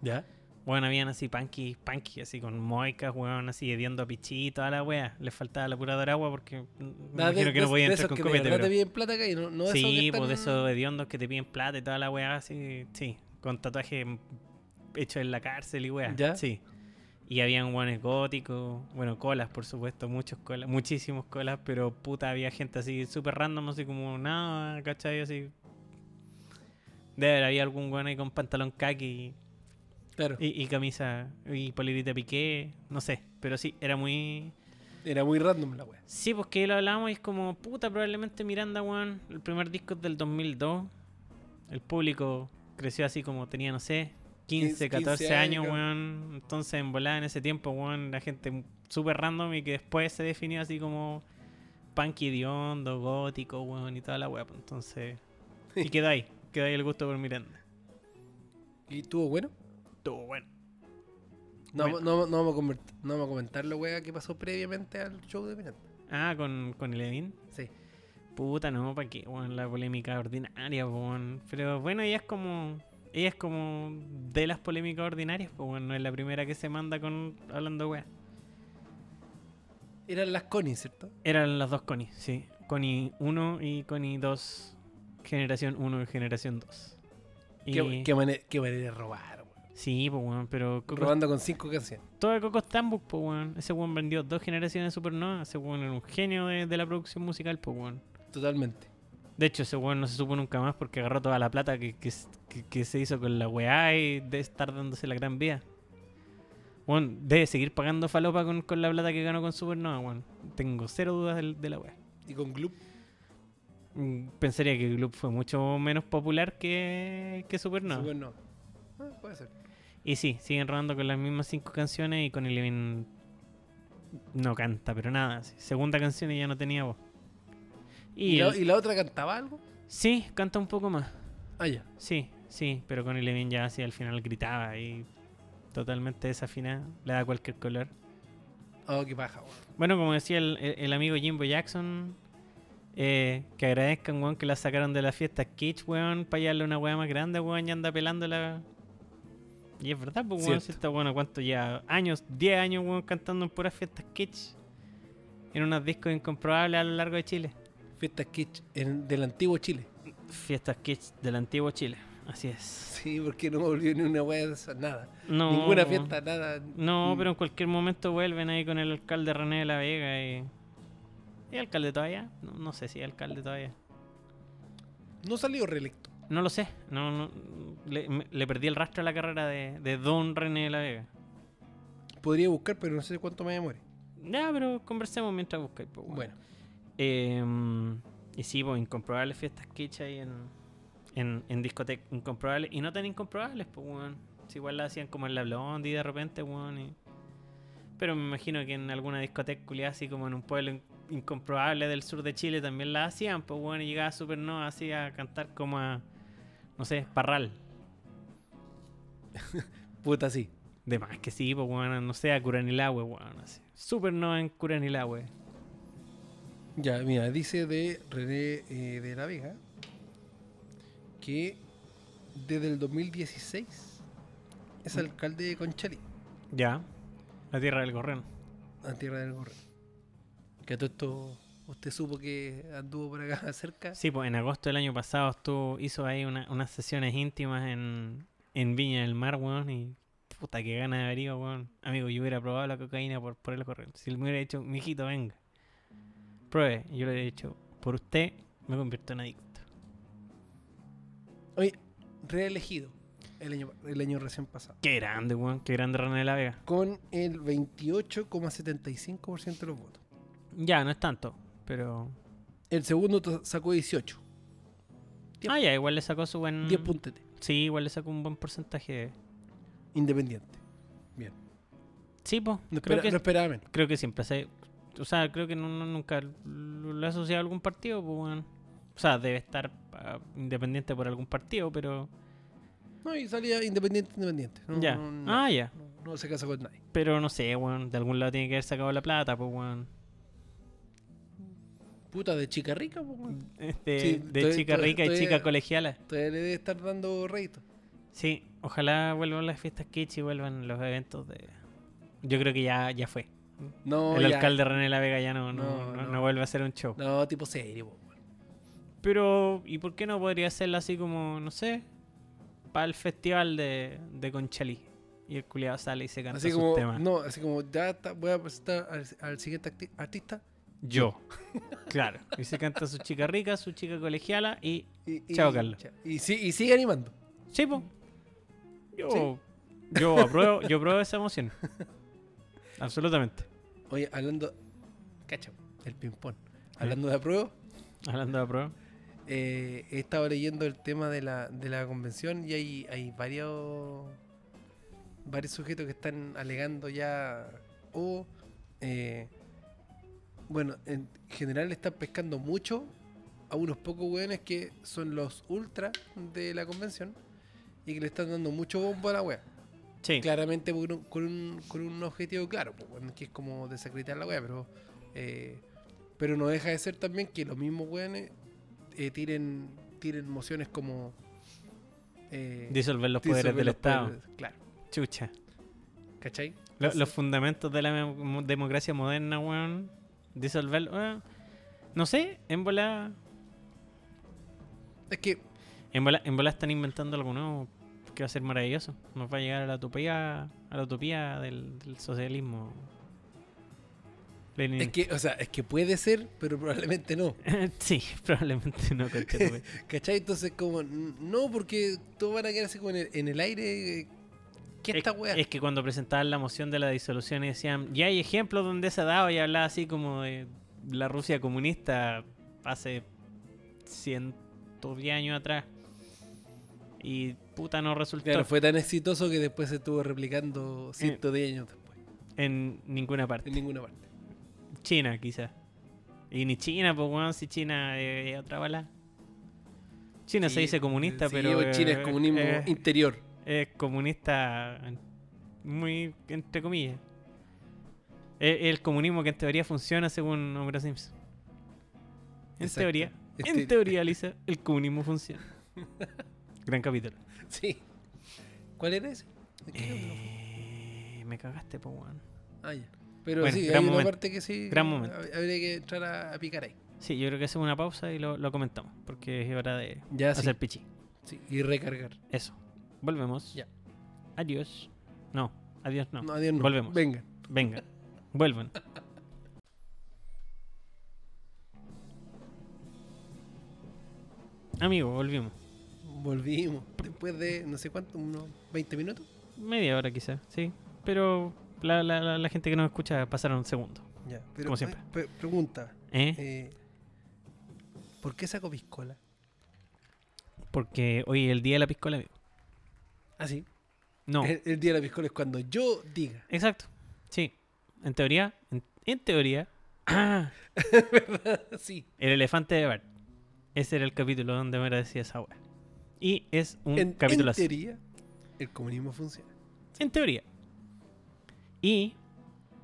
Speaker 2: ¿Ya?
Speaker 1: Bueno, habían así punky, punky, así con moicas, weón, así hediendo a pichí, toda la wea. Les faltaba la curadora de agua porque mm, me imagino que no podían entrar con copete,
Speaker 2: No
Speaker 1: pero...
Speaker 2: te piden plata acá y no, no de esos que
Speaker 1: sí,
Speaker 2: están-
Speaker 1: pues de esos hediondos que te piden plata y toda la weá, sí, sí, con tatuaje m- hecho en la cárcel y weá.
Speaker 2: ¿Ya?
Speaker 1: Sí. Y habían guanes góticos, bueno, colas, por supuesto, muchos colas, muchísimos colas, pero puta, había gente así súper random, así como nada, ¿cachai? Así. De ver, había algún guan ahí con pantalón kaki
Speaker 2: Claro.
Speaker 1: y, y camisa y polerita piqué, no sé, pero sí, era muy.
Speaker 2: Era muy random la wea.
Speaker 1: Sí, pues que lo hablábamos y es como, puta, probablemente Miranda, weón, el primer disco es del 2002. El público creció así como tenía, no sé, 15,
Speaker 2: 15,
Speaker 1: 14 años,
Speaker 2: años.
Speaker 1: weón. Entonces, en volada en ese tiempo, weón, la gente súper random y que después se definió así como punk hediondo, gótico, weón, y toda la weá. pues, Entonces, y quedó ahí, quedó ahí el gusto por Miranda.
Speaker 2: ¿Y estuvo bueno?
Speaker 1: Estuvo bueno.
Speaker 2: No,
Speaker 1: Bueno.
Speaker 2: no, no, vamos a convert- no vamos a comentar la wea que pasó previamente al show de Miranda.
Speaker 1: Ah, con, con Levin.
Speaker 2: Sí.
Speaker 1: Puta, no, para qué, weón, la polémica ordinaria, po, weón. Pero bueno, ella es como. Ella es como de las polémicas ordinarias, pues bueno, no es la primera que se manda con hablando weá.
Speaker 2: Eran las Connie, ¿cierto?
Speaker 1: Eran las dos Connie, sí. Connie 1 y Connie 2. Generación 1 y generación 2. Y...
Speaker 2: Qué, qué, mane- qué manera de robar, weón.
Speaker 1: Sí, pues bueno, pero Coco-
Speaker 2: Robando con cinco canciones.
Speaker 1: todo Coco Stambuk, pues weón. Ese weón vendió dos generaciones de Supernova. Ese weón era un genio de, de la producción musical, pues weón.
Speaker 2: Totalmente.
Speaker 1: De hecho, ese weón no se supo nunca más porque agarró toda la plata que, que s- que- que se hizo con la weá y de estar dándose la gran vía. Weón, debe seguir pagando falopa con, con la plata que ganó con Supernova, weón. Tengo cero dudas del- de, la weá.
Speaker 2: Y con Gloop.
Speaker 1: Mm, Pensaría que Gloop fue mucho menos popular que, que Supernova.
Speaker 2: Super no. Ah, puede ser.
Speaker 1: Y sí, siguen rodando con las mismas cinco canciones y con Eleven no canta, pero nada. sí. Segunda canción y ya no tenía voz. Y,
Speaker 2: ¿Y, la,
Speaker 1: el-
Speaker 2: y la otra cantaba algo?
Speaker 1: sí, canta un poco más.
Speaker 2: Ah, ya.
Speaker 1: Sí, sí, pero con Eleven ya hacia el final gritaba y totalmente desafinada, le da cualquier color.
Speaker 2: Oh, qué paja, weón.
Speaker 1: Bueno, como decía el, el- el amigo Jimbo Jackson, eh, que agradezcan, weón, que la sacaron de la fiesta Kitsch, weón, para llevarle una weá más grande, weón, y anda pelándola Y es verdad, pues, weón, si
Speaker 2: Cierto.
Speaker 1: está bueno, ¿cuánto ya? Años, 10 años, weón, cantando en puras fiestas kitsch. En unos discos incomprobables a lo largo de Chile.
Speaker 2: Fiestas kitsch en- del antiguo Chile. (laughs)
Speaker 1: Fiestas kitsch del antiguo Chile. Así es.
Speaker 2: Sí, porque no volvió ni una wea de esas, nada.
Speaker 1: No,
Speaker 2: Ninguna
Speaker 1: weón.
Speaker 2: fiesta, nada.
Speaker 1: No,
Speaker 2: Mm.
Speaker 1: pero en cualquier momento vuelven ahí con el alcalde René de la Vega y. ¿Es alcalde todavía? No, no sé si es alcalde todavía.
Speaker 2: No salió reelecto.
Speaker 1: No lo sé. No, no, le, me- le perdí el rastro a la carrera de, de Don René de la Vega.
Speaker 2: Podría buscar, pero no sé cuánto me demore.
Speaker 1: Ya, pero conversemos mientras buscáis. Pues, weón.
Speaker 2: Bueno,
Speaker 1: Em, y sí, pues incomprobables fiestas kitsch ahí en, en, en discoteca. Incomprobables. Y no tan incomprobables, pues, weón. Si igual la hacían como en la blondie de repente, weón. y- Pero me imagino que en alguna discoteca culiada, así como en un pueblo in- incomprobable del sur de Chile, también la hacían, pues, weón. Y llegaba Supernova así a cantar como a. No sé, Parral.
Speaker 2: puta, sí.
Speaker 1: De más que sí, pues, weón. No sé, a Curanilahue, weón. Así. Supernova en Curanilahue.
Speaker 2: Ya, mira, dice de René eh, de la Vega que desde el 2016 es
Speaker 1: Mm.
Speaker 2: alcalde de Conchalí,
Speaker 1: Ya. La tierra del gorrón.
Speaker 2: a Tierra del Gorro. Que todo esto, usted supo que anduvo por acá (laughs) cerca.
Speaker 1: Sí, pues en agosto del año pasado estuvo, hizo ahí una- unas sesiones íntimas en, en Viña del Mar, weón, y puta que gana de haber ido, weón. Amigo, yo hubiera probado la cocaína por, por el corriente. Si él me hubiera dicho, mijito, venga, pruebe, yo le hubiera dicho, por usted me convierto en adicto.
Speaker 2: Oye, reelegido el año, el año recién pasado.
Speaker 1: Qué grande, weón, qué grande René de la Vega.
Speaker 2: Con el 28,75% de los votos.
Speaker 1: Ya, no es tanto, pero...
Speaker 2: El segundo to- sacó 18, Diez-
Speaker 1: Ah, ya, igual le sacó su buen...
Speaker 2: 10 puntete,
Speaker 1: Sí, igual le sacó un buen porcentaje de...
Speaker 2: independiente.
Speaker 1: Sí, pues,
Speaker 2: No,
Speaker 1: creo
Speaker 2: espera-
Speaker 1: que
Speaker 2: no esperaba menos.
Speaker 1: Creo que siempre se. O sea, creo que no, no- nunca lo lo he asociado a algún partido, pues, weón. O sea, debe estar ah, independiente por algún partido, pero.
Speaker 2: No, y salía independiente, independiente. No,
Speaker 1: ya.
Speaker 2: no, no.
Speaker 1: Ah, ya.
Speaker 2: No- No se casa con nadie.
Speaker 1: Pero no sé, weón. De algún lado tiene que haber sacado la plata, pues, weón.
Speaker 2: Puta, de chica rica, po, weón.
Speaker 1: Este,
Speaker 2: Sí,
Speaker 1: de
Speaker 2: estoy-
Speaker 1: chica
Speaker 2: estoy-
Speaker 1: rica y
Speaker 2: estoy-
Speaker 1: chica colegiala.
Speaker 2: Todavía le debe estar dando rédito.
Speaker 1: Sí, ojalá vuelvan las fiestas kitsch y vuelvan los eventos de. Yo creo que ya, ya fue.
Speaker 2: No,
Speaker 1: El
Speaker 2: ya.
Speaker 1: alcalde René La Vega ya no, no,
Speaker 2: No,
Speaker 1: no-
Speaker 2: no.
Speaker 1: no vuelve a hacer un show.
Speaker 2: No, tipo serio, po, weón.
Speaker 1: Pero, ¿y por qué no podría hacerla así como, no sé, para el festival de, de Conchalí? Y el culiado sale y se canta
Speaker 2: Así
Speaker 1: sus
Speaker 2: como,
Speaker 1: temas.
Speaker 2: no, así como, ya está, voy a presentar al, al siguiente acti- artista.
Speaker 1: Yo. (laughs) claro. Y se canta su chica rica, su chica colegiala y.
Speaker 2: Y, y-
Speaker 1: Chao, Carlos.
Speaker 2: cha- Y, sí- y sigue animando.
Speaker 1: Sí, po. Yo. Yo apruebo, yo apruebo esa emoción. Absolutamente.
Speaker 2: Oye, hablando. Cacha, el ping-pong. Hablando de apruebo,
Speaker 1: Hablando de apruebo.
Speaker 2: eh, he estado leyendo el tema de la, de la convención y hay, hay varios. varios sujetos que están alegando ya. O. eh, bueno, en general están pescando mucho a unos pocos weones que son los ultra de la convención y que le están dando mucho bombo a la wea.
Speaker 1: Sí.
Speaker 2: Claramente con un, con un- con un objetivo claro, pues, weón, que es como desacreditar la wea, pero eh, pero no deja de ser también que los mismos weones eh, tiren, tiren mociones como eh,
Speaker 1: Disolver los
Speaker 2: disolver
Speaker 1: poderes del
Speaker 2: los
Speaker 1: Estado.
Speaker 2: poderes, claro,
Speaker 1: Chucha.
Speaker 2: ¿cachai?
Speaker 1: Lo-
Speaker 2: Así-
Speaker 1: los fundamentos de la mo- democracia moderna, weón. Disolver. weón. no sé, en volada.
Speaker 2: Es que
Speaker 1: En bola, en bola están inventando algo nuevo que va a ser maravilloso. Nos va a llegar a la utopía, a la utopía del, del socialismo. Lenin.
Speaker 2: es que, o sea, es que puede ser, pero probablemente no.
Speaker 1: (laughs) sí, probablemente no,
Speaker 2: (laughs)
Speaker 1: conchetumare.
Speaker 2: ¿Cachai? Entonces como n- no porque todos van a quedar así como en el, en el aire eh, ¿Qué esta
Speaker 1: es,
Speaker 2: wea?
Speaker 1: es que cuando presentaban la moción de la disolución y decían, ya hay ejemplos donde se ha dado y hablaba así como de la Rusia comunista hace 110 años atrás. Y puta no resultó
Speaker 2: Claro, fue tan exitoso que después se estuvo replicando 110 años después,
Speaker 1: en ninguna parte.
Speaker 2: en ninguna parte.
Speaker 1: China, quizás. Y ni China, pues, weón, si China es otra bala. China se
Speaker 2: Sí,
Speaker 1: dice comunista,
Speaker 2: sí,
Speaker 1: pero.
Speaker 2: o China es
Speaker 1: eh,
Speaker 2: comunismo
Speaker 1: eh, Es,
Speaker 2: interior. (laughs)
Speaker 1: comunista. Muy. entre comillas. Es el comunismo que en teoría funciona según Homero Simpson. En
Speaker 2: Exacto.
Speaker 1: teoría.
Speaker 2: Este-
Speaker 1: En teoría, Lisa,
Speaker 2: (laughs)
Speaker 1: el comunismo funciona. Gran capítulo.
Speaker 2: Sí. ¿Cuál era ese? ¿De qué era?
Speaker 1: Eh, me cagaste, po, weón.
Speaker 2: Ah, ya. Pero
Speaker 1: Bueno,
Speaker 2: sí,
Speaker 1: gran
Speaker 2: hay una
Speaker 1: momento.
Speaker 2: parte que sí.
Speaker 1: Gran momento.
Speaker 2: hab- Habría que entrar a, a picar ahí.
Speaker 1: Sí, yo creo que hacemos una pausa y lo, lo comentamos, porque es hora de
Speaker 2: Ya Ah, sí,
Speaker 1: hacer pichi.
Speaker 2: sí, Y recargar.
Speaker 1: Eso. Volvemos.
Speaker 2: Ya.
Speaker 1: Adiós. No, adiós no.
Speaker 2: No, adiós, no.
Speaker 1: Volvemos.
Speaker 2: Venga.
Speaker 1: Venga, vuelvan. Amigo, volvimos.
Speaker 2: Volvimos. Después de no sé cuánto, unos 20 minutos.
Speaker 1: Media hora quizás, sí. Pero la, la- la- la gente que nos escucha pasaron un segundo.
Speaker 2: Ya. Pero,
Speaker 1: Como siempre.
Speaker 2: eh, pre- pregunta.
Speaker 1: ¿eh?
Speaker 2: eh, ¿Por qué saco piscola?
Speaker 1: Porque hoy es el día de la piscola, amigo.
Speaker 2: Ah, sí.
Speaker 1: No.
Speaker 2: El, el día de la piscola es cuando yo diga. (laughs)
Speaker 1: Exacto. Sí. En teoría, en, en teoría, (clears throat) ah,
Speaker 2: sí.
Speaker 1: el elefante de Bart. Ese era el capítulo donde me decía esa hora. Y es un
Speaker 2: En,
Speaker 1: capítulo
Speaker 2: en
Speaker 1: así.
Speaker 2: teoría, el comunismo funciona.
Speaker 1: En teoría. Y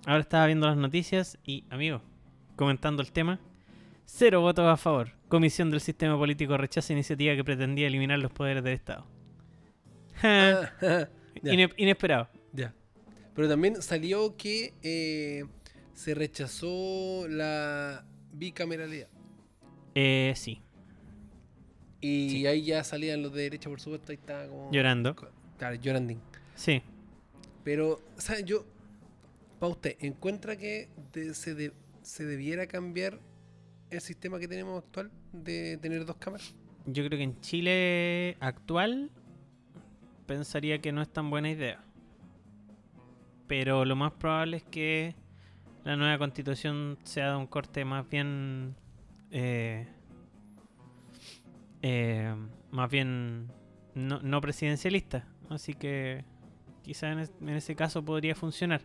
Speaker 1: ahora estaba viendo las noticias y, amigo, comentando el tema, cero votos a favor. Comisión del Sistema Político rechaza iniciativa que pretendía eliminar los poderes del Estado. (laughs) Ja,
Speaker 2: Ah, ya.
Speaker 1: ine- inesperado.
Speaker 2: Ya. Pero también salió que eh, se rechazó la bicameralidad.
Speaker 1: Eh, sí,
Speaker 2: Y
Speaker 1: Sí.
Speaker 2: ahí ya salían los de derecha, por supuesto, ahí estaba como...
Speaker 1: llorando.
Speaker 2: Claro, llorandín.
Speaker 1: Sí.
Speaker 2: Pero, ¿sabes? Yo, para usted, ¿encuentra que de- se, de- se debiera cambiar el sistema que tenemos actual de tener dos cámaras?
Speaker 1: Yo creo que en Chile actual pensaría que no es tan buena idea. Pero lo más probable es que la nueva constitución sea de un corte más bien... eh, eh, más bien no, no presidencialista. Así que quizás en, es- en ese caso podría funcionar.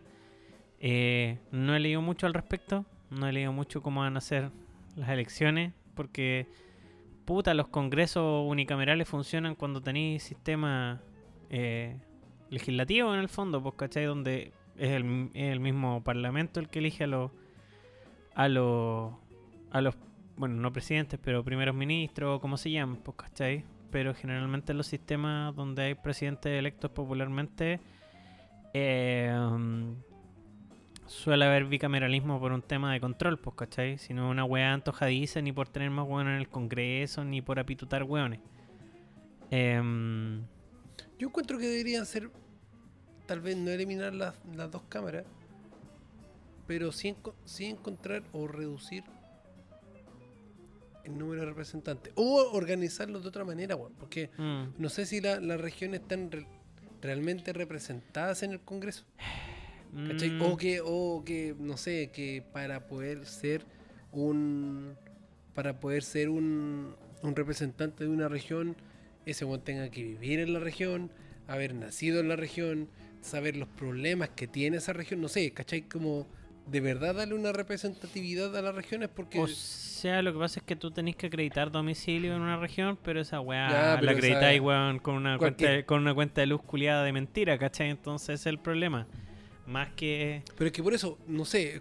Speaker 1: Eh, no he leído mucho al respecto. No he leído mucho cómo van a ser las elecciones. Porque puta, los congresos unicamerales funcionan cuando tenéis sistema eh, legislativo en el fondo, pues, ¿cachai? Donde es el, es el mismo parlamento el que elige a los, a los, a los, bueno, no presidentes, pero primeros ministros, como se llaman, pues, ¿cachai? Pero generalmente en los sistemas donde hay presidentes electos popularmente, eh, mm, suele haber bicameralismo por un tema de control, pues, ¿cachai? Si no es una weá antojadiza, ni por tener más hueones en el Congreso, ni por apitutar hueones. Em,
Speaker 2: Yo encuentro que deberían ser, tal vez no eliminar las, las dos cámaras, pero sí, enco- sí encontrar o reducir el número de representantes. O organizarlos de otra manera, weón, porque
Speaker 1: mm.
Speaker 2: no sé si la- las regiones están re- realmente representadas en el Congreso. ¿cachai?
Speaker 1: Mm,
Speaker 2: O que, o que, no sé, que para poder ser un para poder ser un, un representante de una región, ese weón tenga que vivir en la región, haber nacido en la región, saber los problemas que tiene esa región, no sé, ¿cachai? Como de verdad darle una representatividad a las regiones porque
Speaker 1: O sea, lo que pasa es que tú tenés que acreditar domicilio en una región, pero esa weá
Speaker 2: Ya, pero
Speaker 1: la
Speaker 2: esa-
Speaker 1: acreditáis, weón, con una, cuenta
Speaker 2: cualquier-
Speaker 1: de, con una cuenta de luz culiada de mentira, ¿cachai? Entonces ese es el problema. Más que...
Speaker 2: Pero es que por eso, no sé,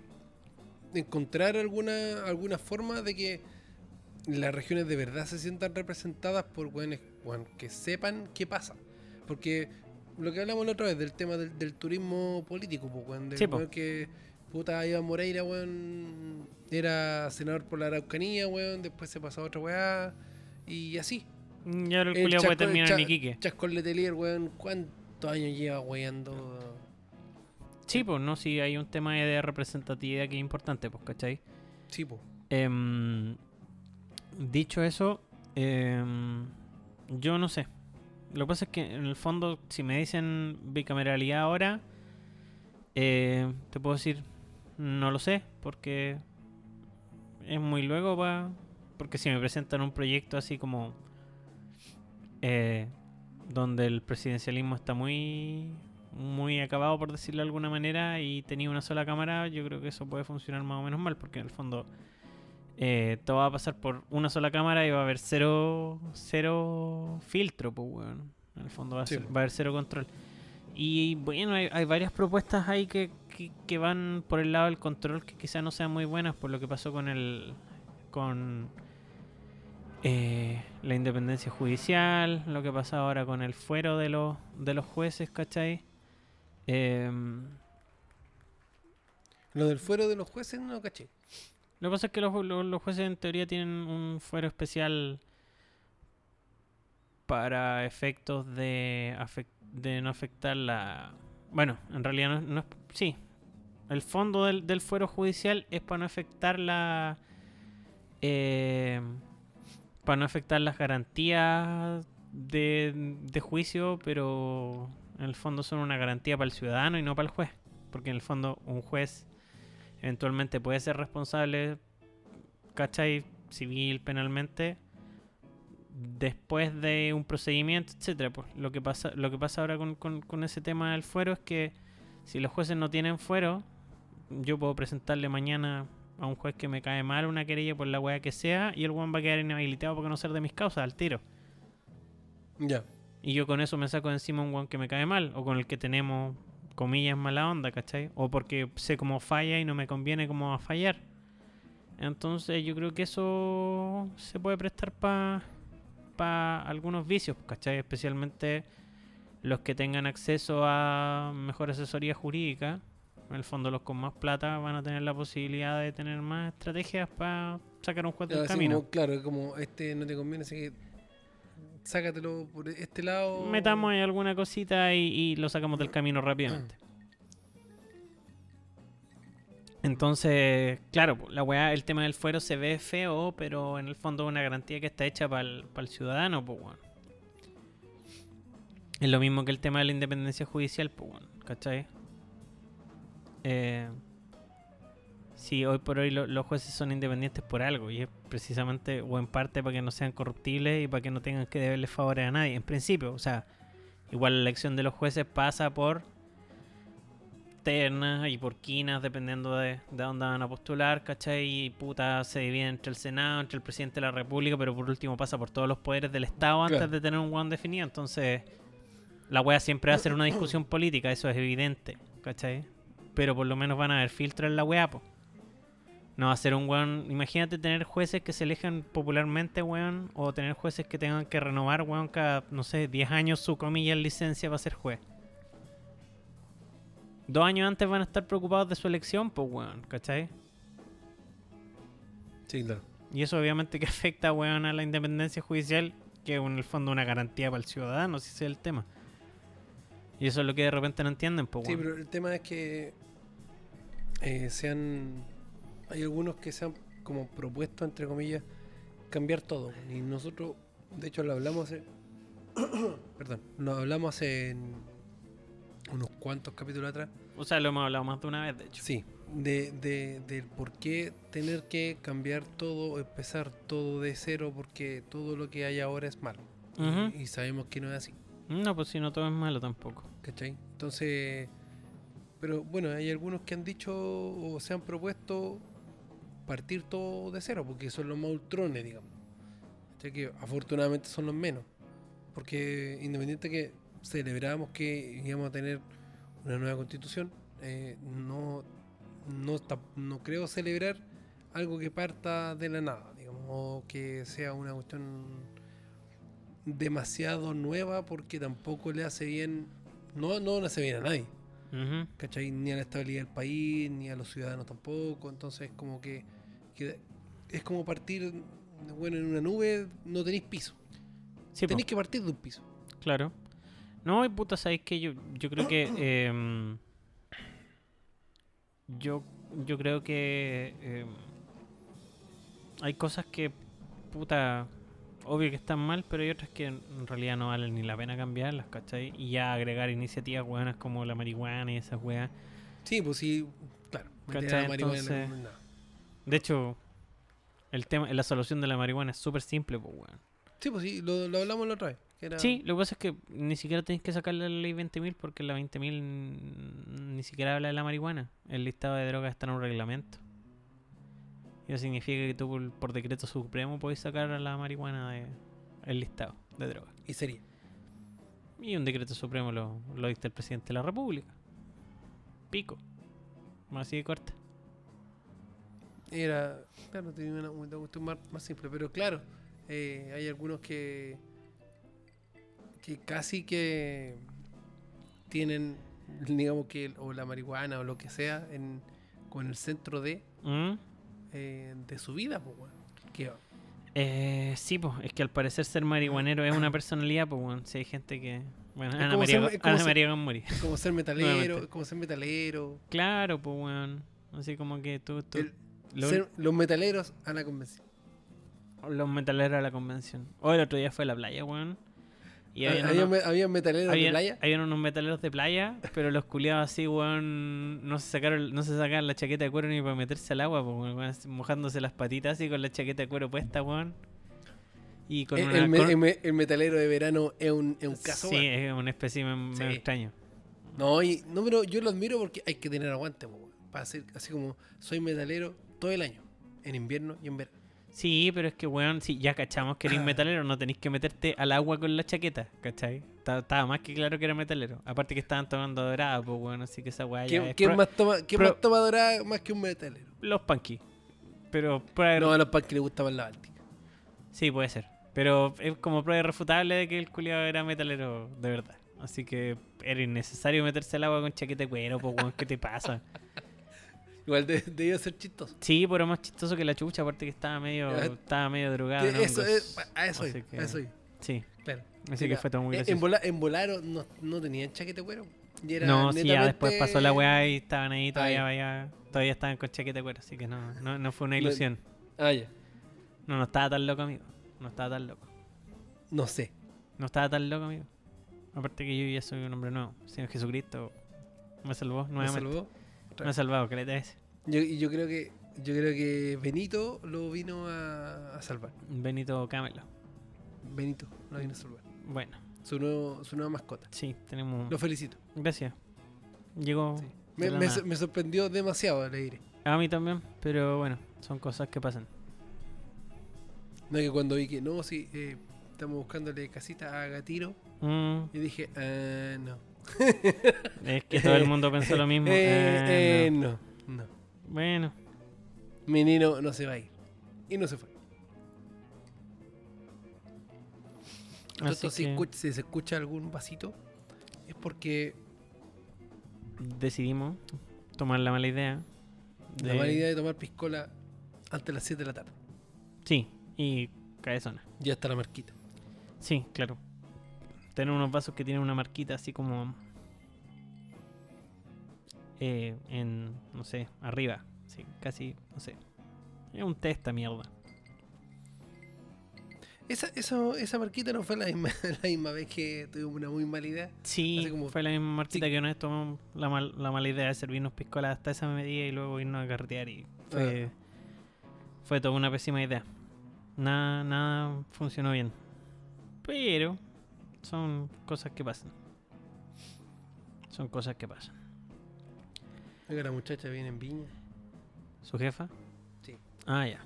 Speaker 2: encontrar alguna, alguna forma de que las regiones de verdad se sientan representadas por weones weón, que sepan qué pasa. Porque lo que hablamos la otra vez del tema del, del turismo político, pues, weón, del
Speaker 1: Sí, po.
Speaker 2: weón que puta Iván Moreira, weón, era senador por la Araucanía, weón, después se pasó a otra weá, y así.
Speaker 1: mm, Ya el culiao puede
Speaker 2: Chasco-
Speaker 1: terminar
Speaker 2: Cha-
Speaker 1: en Iquique.
Speaker 2: Chascón Letelier, weón, ¿cuántos años lleva weyando?
Speaker 1: Sí, pues no, sí, hay un tema de representatividad que es importante, pues, ¿cachai?
Speaker 2: Sí, po.
Speaker 1: Em, dicho eso, em, yo no sé. Lo que pasa es que en el fondo, si me dicen bicameralidad ahora, eh, te puedo decir, no lo sé, porque es muy luego para... Porque si me presentan un proyecto así como... eh, donde el presidencialismo está muy muy acabado, por decirlo de alguna manera, y tenía una sola cámara, yo creo que eso puede funcionar más o menos mal, porque en el fondo eh, todo va a pasar por una sola cámara y va a haber cero, cero filtro, pues, weón. En el fondo va a,
Speaker 2: Sí,
Speaker 1: ser-
Speaker 2: pues.
Speaker 1: va a haber cero control. Y bueno, hay, hay varias propuestas ahí que, que, que van por el lado del control que quizás no sean muy buenas por lo que pasó con el con eh, la independencia judicial, lo que pasa ahora con el fuero de los de los jueces, ¿cachai? Em,
Speaker 2: Lo del fuero de los jueces no lo caché.
Speaker 1: lo que pasa es que los, ju- los- los jueces en teoría tienen un fuero especial para efectos de, afec- de no afectar la... Bueno, en realidad no, no es- Sí, el fondo del, del fuero judicial es para no afectar la... eh, para no afectar las garantías de, de juicio, pero en el fondo son una garantía para el ciudadano y no para el juez. Porque en el fondo un juez eventualmente puede ser responsable, ¿cachai? Civil, penalmente, después de un procedimiento, etcétera. Pues lo que pasa, lo que pasa ahora con, con- con ese tema del fuero es que si los jueces no tienen fuero, yo puedo presentarle mañana a un juez que me cae mal una querella por la weá que sea y el weón va a quedar inhabilitado por conocer de mis causas al tiro.
Speaker 2: Ya.
Speaker 1: Y yo con eso me saco de encima un weón que me cae mal, o con el que tenemos comillas mala onda, ¿cachai? O porque sé cómo falla y no me conviene cómo va a fallar. Entonces yo creo que eso se puede prestar para algunos vicios, ¿cachai? Especialmente los que tengan acceso a mejor asesoría jurídica. En el fondo los con más plata van a tener la posibilidad de tener más estrategias para sacar a un juez del
Speaker 2: Así
Speaker 1: camino.
Speaker 2: como, claro, como este no te conviene, así que sácatelo por este lado.
Speaker 1: Metamos ahí alguna cosita y, y lo sacamos del camino rápidamente. Entonces, claro, po, la weá, el tema del fuero se ve feo, pero en el fondo es una garantía que está hecha para el, ciudadano, pues weón. Es lo mismo que el tema de la independencia judicial, pues weón, ¿cachai? Eh, sí, hoy por hoy lo- los jueces son independientes por algo, y es precisamente o en parte para que no sean corruptibles y para que no tengan que deberle favores a nadie, en principio. O sea, igual la elección de los jueces pasa por ternas y por quinas, dependiendo de, de dónde van a postular, ¿cachai? Y puta, se divide entre el Senado, entre el presidente de la República, pero por último pasa por todos los poderes del Estado antes
Speaker 2: Claro.
Speaker 1: de tener un guan definido. Entonces, la wea siempre va a ser una discusión política, eso es evidente, ¿cachai? Pero por lo menos van a haber filtros en la wea, po. No va a ser un weón. Imagínate tener jueces que se elijan popularmente, weón. O tener jueces que tengan que renovar, weón, cada, no sé, 10 años su comillas licencia para ser juez. Dos años antes van a estar preocupados de su elección, pues, weón, ¿cachai?
Speaker 2: Sí, claro.
Speaker 1: Y eso obviamente que (laughs) afecta, weón, a la independencia judicial, que es en el fondo una garantía para el ciudadano, si ese es el tema. Y eso es lo que de repente no entienden, pues,
Speaker 2: Sí,
Speaker 1: weón.
Speaker 2: pero el tema es que eh, se han. Hay algunos que se han como propuesto, entre comillas, cambiar todo. Y nosotros, de hecho, lo hablamos hace. (coughs) perdón, lo hablamos hace unos cuantos capítulos atrás.
Speaker 1: O sea, lo hemos hablado más de una vez, de hecho.
Speaker 2: Sí, de, de, del por qué tener que cambiar todo, empezar todo de cero, porque todo lo que hay ahora es malo.
Speaker 1: Ujú.
Speaker 2: Y sabemos que no es así.
Speaker 1: No, pues si no todo es malo tampoco.
Speaker 2: ¿Cachai? Entonces, pero bueno, hay algunos que han dicho o se han propuesto partir todo de cero, porque son los más ultrones, digamos. ¿Cachai? Que afortunadamente son los menos. Porque independiente que celebramos que íbamos a tener una nueva constitución, eh, no, no, ta- no creo celebrar algo que parta de la nada, digamos, o que sea una cuestión demasiado nueva porque tampoco le hace bien, no, no le hace bien a nadie,
Speaker 1: Ujú.
Speaker 2: ¿cachai? Ni a la estabilidad del país, ni a los ciudadanos tampoco, entonces como que, que es como partir, bueno, en una nube no tenéis piso,
Speaker 1: Sí, pues. po.
Speaker 2: tenéis que partir de un piso.
Speaker 1: Claro. No, y puta, sabéis que yo, yo creo que. em, yo, yo creo que. em, hay cosas que. Puta. Obvio que están mal, pero hay otras que en en realidad no valen ni la pena cambiarlas, ¿cachai? Y ya agregar iniciativas buenas como la marihuana y esas weas.
Speaker 2: Sí, pues sí, claro, meter a
Speaker 1: ¿Cachai?
Speaker 2: la marihuana en la
Speaker 1: Entonces-
Speaker 2: comuna, nada.
Speaker 1: De hecho, el tema, la solución de la marihuana es súper simple, pues, weón.
Speaker 2: Sí, pues sí, lo, lo hablamos la otra vez. que era-
Speaker 1: Sí, lo que pasa es que ni siquiera tenés que sacar la ley 20.000 porque la 20.000 ni siquiera habla de la marihuana. El listado de drogas está en un reglamento. Y eso significa que tú por, por decreto supremo podés sacar a la marihuana del listado de drogas.
Speaker 2: Y sería.
Speaker 1: Y un decreto supremo lo, lo dicta el presidente de la República. Pico. Más así de corta.
Speaker 2: Era, claro, tenía una, una cuestión más, más simple, pero claro, eh, hay algunos que, que casi que tienen digamos que, el- o la marihuana o lo que sea, en, como en el centro de,
Speaker 1: ¿Mm?
Speaker 2: eh, de su vida, pues, weón. Que
Speaker 1: Eh, sí, pues, es que al parecer ser marihuanero es
Speaker 2: (coughs)
Speaker 1: una personalidad, pues, bueno, si hay gente que... Bueno, Ana
Speaker 2: como
Speaker 1: María,
Speaker 2: ser-
Speaker 1: Go-
Speaker 2: es como
Speaker 1: Ana
Speaker 2: ser-
Speaker 1: María Gambori.
Speaker 2: es como ser metalero,
Speaker 1: Nuevamente.
Speaker 2: es como ser metalero.
Speaker 1: Claro, pues, weón. Así como que tú... tú-
Speaker 2: El-
Speaker 1: lo-
Speaker 2: ser- los metaleros a la convención.
Speaker 1: Los metaleros a la convención. Hoy el otro día fue a la playa, weón. Y habían
Speaker 2: Ah, Había,
Speaker 1: unos-
Speaker 2: me- había metaleros
Speaker 1: habían-
Speaker 2: de playa.
Speaker 1: habían unos metaleros de playa, pero los culiados así, weón, no se sacaron, no se sacaban la chaqueta de cuero ni para meterse al agua, pues, weón, weón, así, mojándose las patitas así con la chaqueta de cuero puesta, weón. Y con
Speaker 2: El,
Speaker 1: una-
Speaker 2: el Eh, me-
Speaker 1: con-
Speaker 2: el me- el metalero de verano es un, es un caso.
Speaker 1: Sí,
Speaker 2: weón.
Speaker 1: es un espécimen medio
Speaker 2: Sí.
Speaker 1: extraño.
Speaker 2: No, y- no, pero yo lo admiro porque hay que tener aguante, po, weón. Para ser así como soy metalero todo el año, en invierno y en verano.
Speaker 1: Sí, pero es que, weón, si ya cachamos que
Speaker 2: (clears throat)
Speaker 1: eres metalero, no tenéis que meterte al agua con la chaqueta, ¿cachai? Ta- Estaba más que claro que era metalero. Aparte que estaban tomando dorada, pues, weón, así que esa weá ya
Speaker 2: ¿Quién,
Speaker 1: es
Speaker 2: quién
Speaker 1: pro-
Speaker 2: más toma, quién
Speaker 1: pro-
Speaker 2: más toma dorada más que un metalero?
Speaker 1: Los punky. Pero prueba de-
Speaker 2: No, a los pan que le gustaban la Báltica.
Speaker 1: Sí, puede ser. Pero es como prueba irrefutable de que el culiado era metalero de verdad. Así que era innecesario meterse al agua con chaqueta de cuero, pues, weón, ¿qué te
Speaker 2: (laughs)
Speaker 1: pasa?
Speaker 2: Igual de- debía ser chistoso.
Speaker 1: Sí, pero más chistoso que la chucha, aparte que estaba medio,
Speaker 2: Ya,
Speaker 1: estaba medio drogado. en
Speaker 2: De- eso
Speaker 1: hongos.
Speaker 2: es- a eso
Speaker 1: Ah, pues, Así
Speaker 2: iba,
Speaker 1: que-
Speaker 2: a eso iba,
Speaker 1: Sí,
Speaker 2: claro.
Speaker 1: así que
Speaker 2: Mira,
Speaker 1: fue todo muy
Speaker 2: eh,
Speaker 1: gracioso.
Speaker 2: En, vola- en Volaro no, no tenían chaquete de cuero. Y era
Speaker 1: No, sí, ya después
Speaker 2: netamente-
Speaker 1: pasó la weá y estaban ahí todavía,
Speaker 2: ya.
Speaker 1: vaya- todavía estaban con chaqueta de cuero, así que no, no, no fue una
Speaker 2: No-
Speaker 1: ilusión.
Speaker 2: Ah, ya.
Speaker 1: No, no estaba tan loco, amigo. No estaba tan loco.
Speaker 2: No sé.
Speaker 1: No estaba tan loco, amigo. Aparte que yo ya soy un hombre nuevo. Señor Jesucristo me salvó
Speaker 2: ¿Me
Speaker 1: nuevamente.
Speaker 2: salvó?
Speaker 1: Me ha salvado, caleta ese.
Speaker 2: Yo, y yo creo que yo creo que Benito lo vino a, a salvar.
Speaker 1: Benito Camelo.
Speaker 2: Benito lo vino a salvar.
Speaker 1: Bueno,
Speaker 2: Su nuevo, su nueva mascota.
Speaker 1: sí, tenemos...
Speaker 2: Lo felicito.
Speaker 1: Gracias. Llegó...
Speaker 2: sí.
Speaker 1: de
Speaker 2: Me,
Speaker 1: la
Speaker 2: me
Speaker 1: nada.
Speaker 2: so- me sorprendió demasiado, le diré.
Speaker 1: A mí también, pero bueno, son cosas que pasan.
Speaker 2: No que cuando vi que no, sí, eh, estamos buscándole casita a Gatiro.
Speaker 1: Mm,
Speaker 2: Y dije, ah, no.
Speaker 1: es que todo
Speaker 2: (laughs)
Speaker 1: el mundo pensó lo mismo.
Speaker 2: Eh,
Speaker 1: Eh,
Speaker 2: eh,
Speaker 1: no.
Speaker 2: no. no.
Speaker 1: Bueno,
Speaker 2: Mi nino no se va a ir. Y no se fue.
Speaker 1: así
Speaker 2: Entonces, si,
Speaker 1: que
Speaker 2: escuch- si se escucha algún vasito, es porque
Speaker 1: decidimos tomar la mala idea.
Speaker 2: la mala idea de tomar piscola antes de las 7 de la tarde.
Speaker 1: Sí, y cabezona.
Speaker 2: Ya está la marquita.
Speaker 1: Sí, claro. Tener unos vasos que tienen una marquita así como. eh, en. no sé, arriba. Sí, casi, no sé. Es un té esta mierda.
Speaker 2: Esa, eso- esa marquita no fue la misma, (laughs) la misma vez que tuvimos una muy mala idea.
Speaker 1: Sí,
Speaker 2: Así como-
Speaker 1: fue la misma marquita que una vez tomamos la, mal- la mala idea de servirnos piscolas hasta esa medida y luego irnos a carretear y
Speaker 2: Ah,
Speaker 1: fue, fue toda una pésima idea. Nada, nada funcionó bien. Pero son cosas que pasan. Son cosas que pasan.
Speaker 2: Oiga, la muchacha viene en viña.
Speaker 1: ¿Su jefa?
Speaker 2: Sí.
Speaker 1: Ah, ya.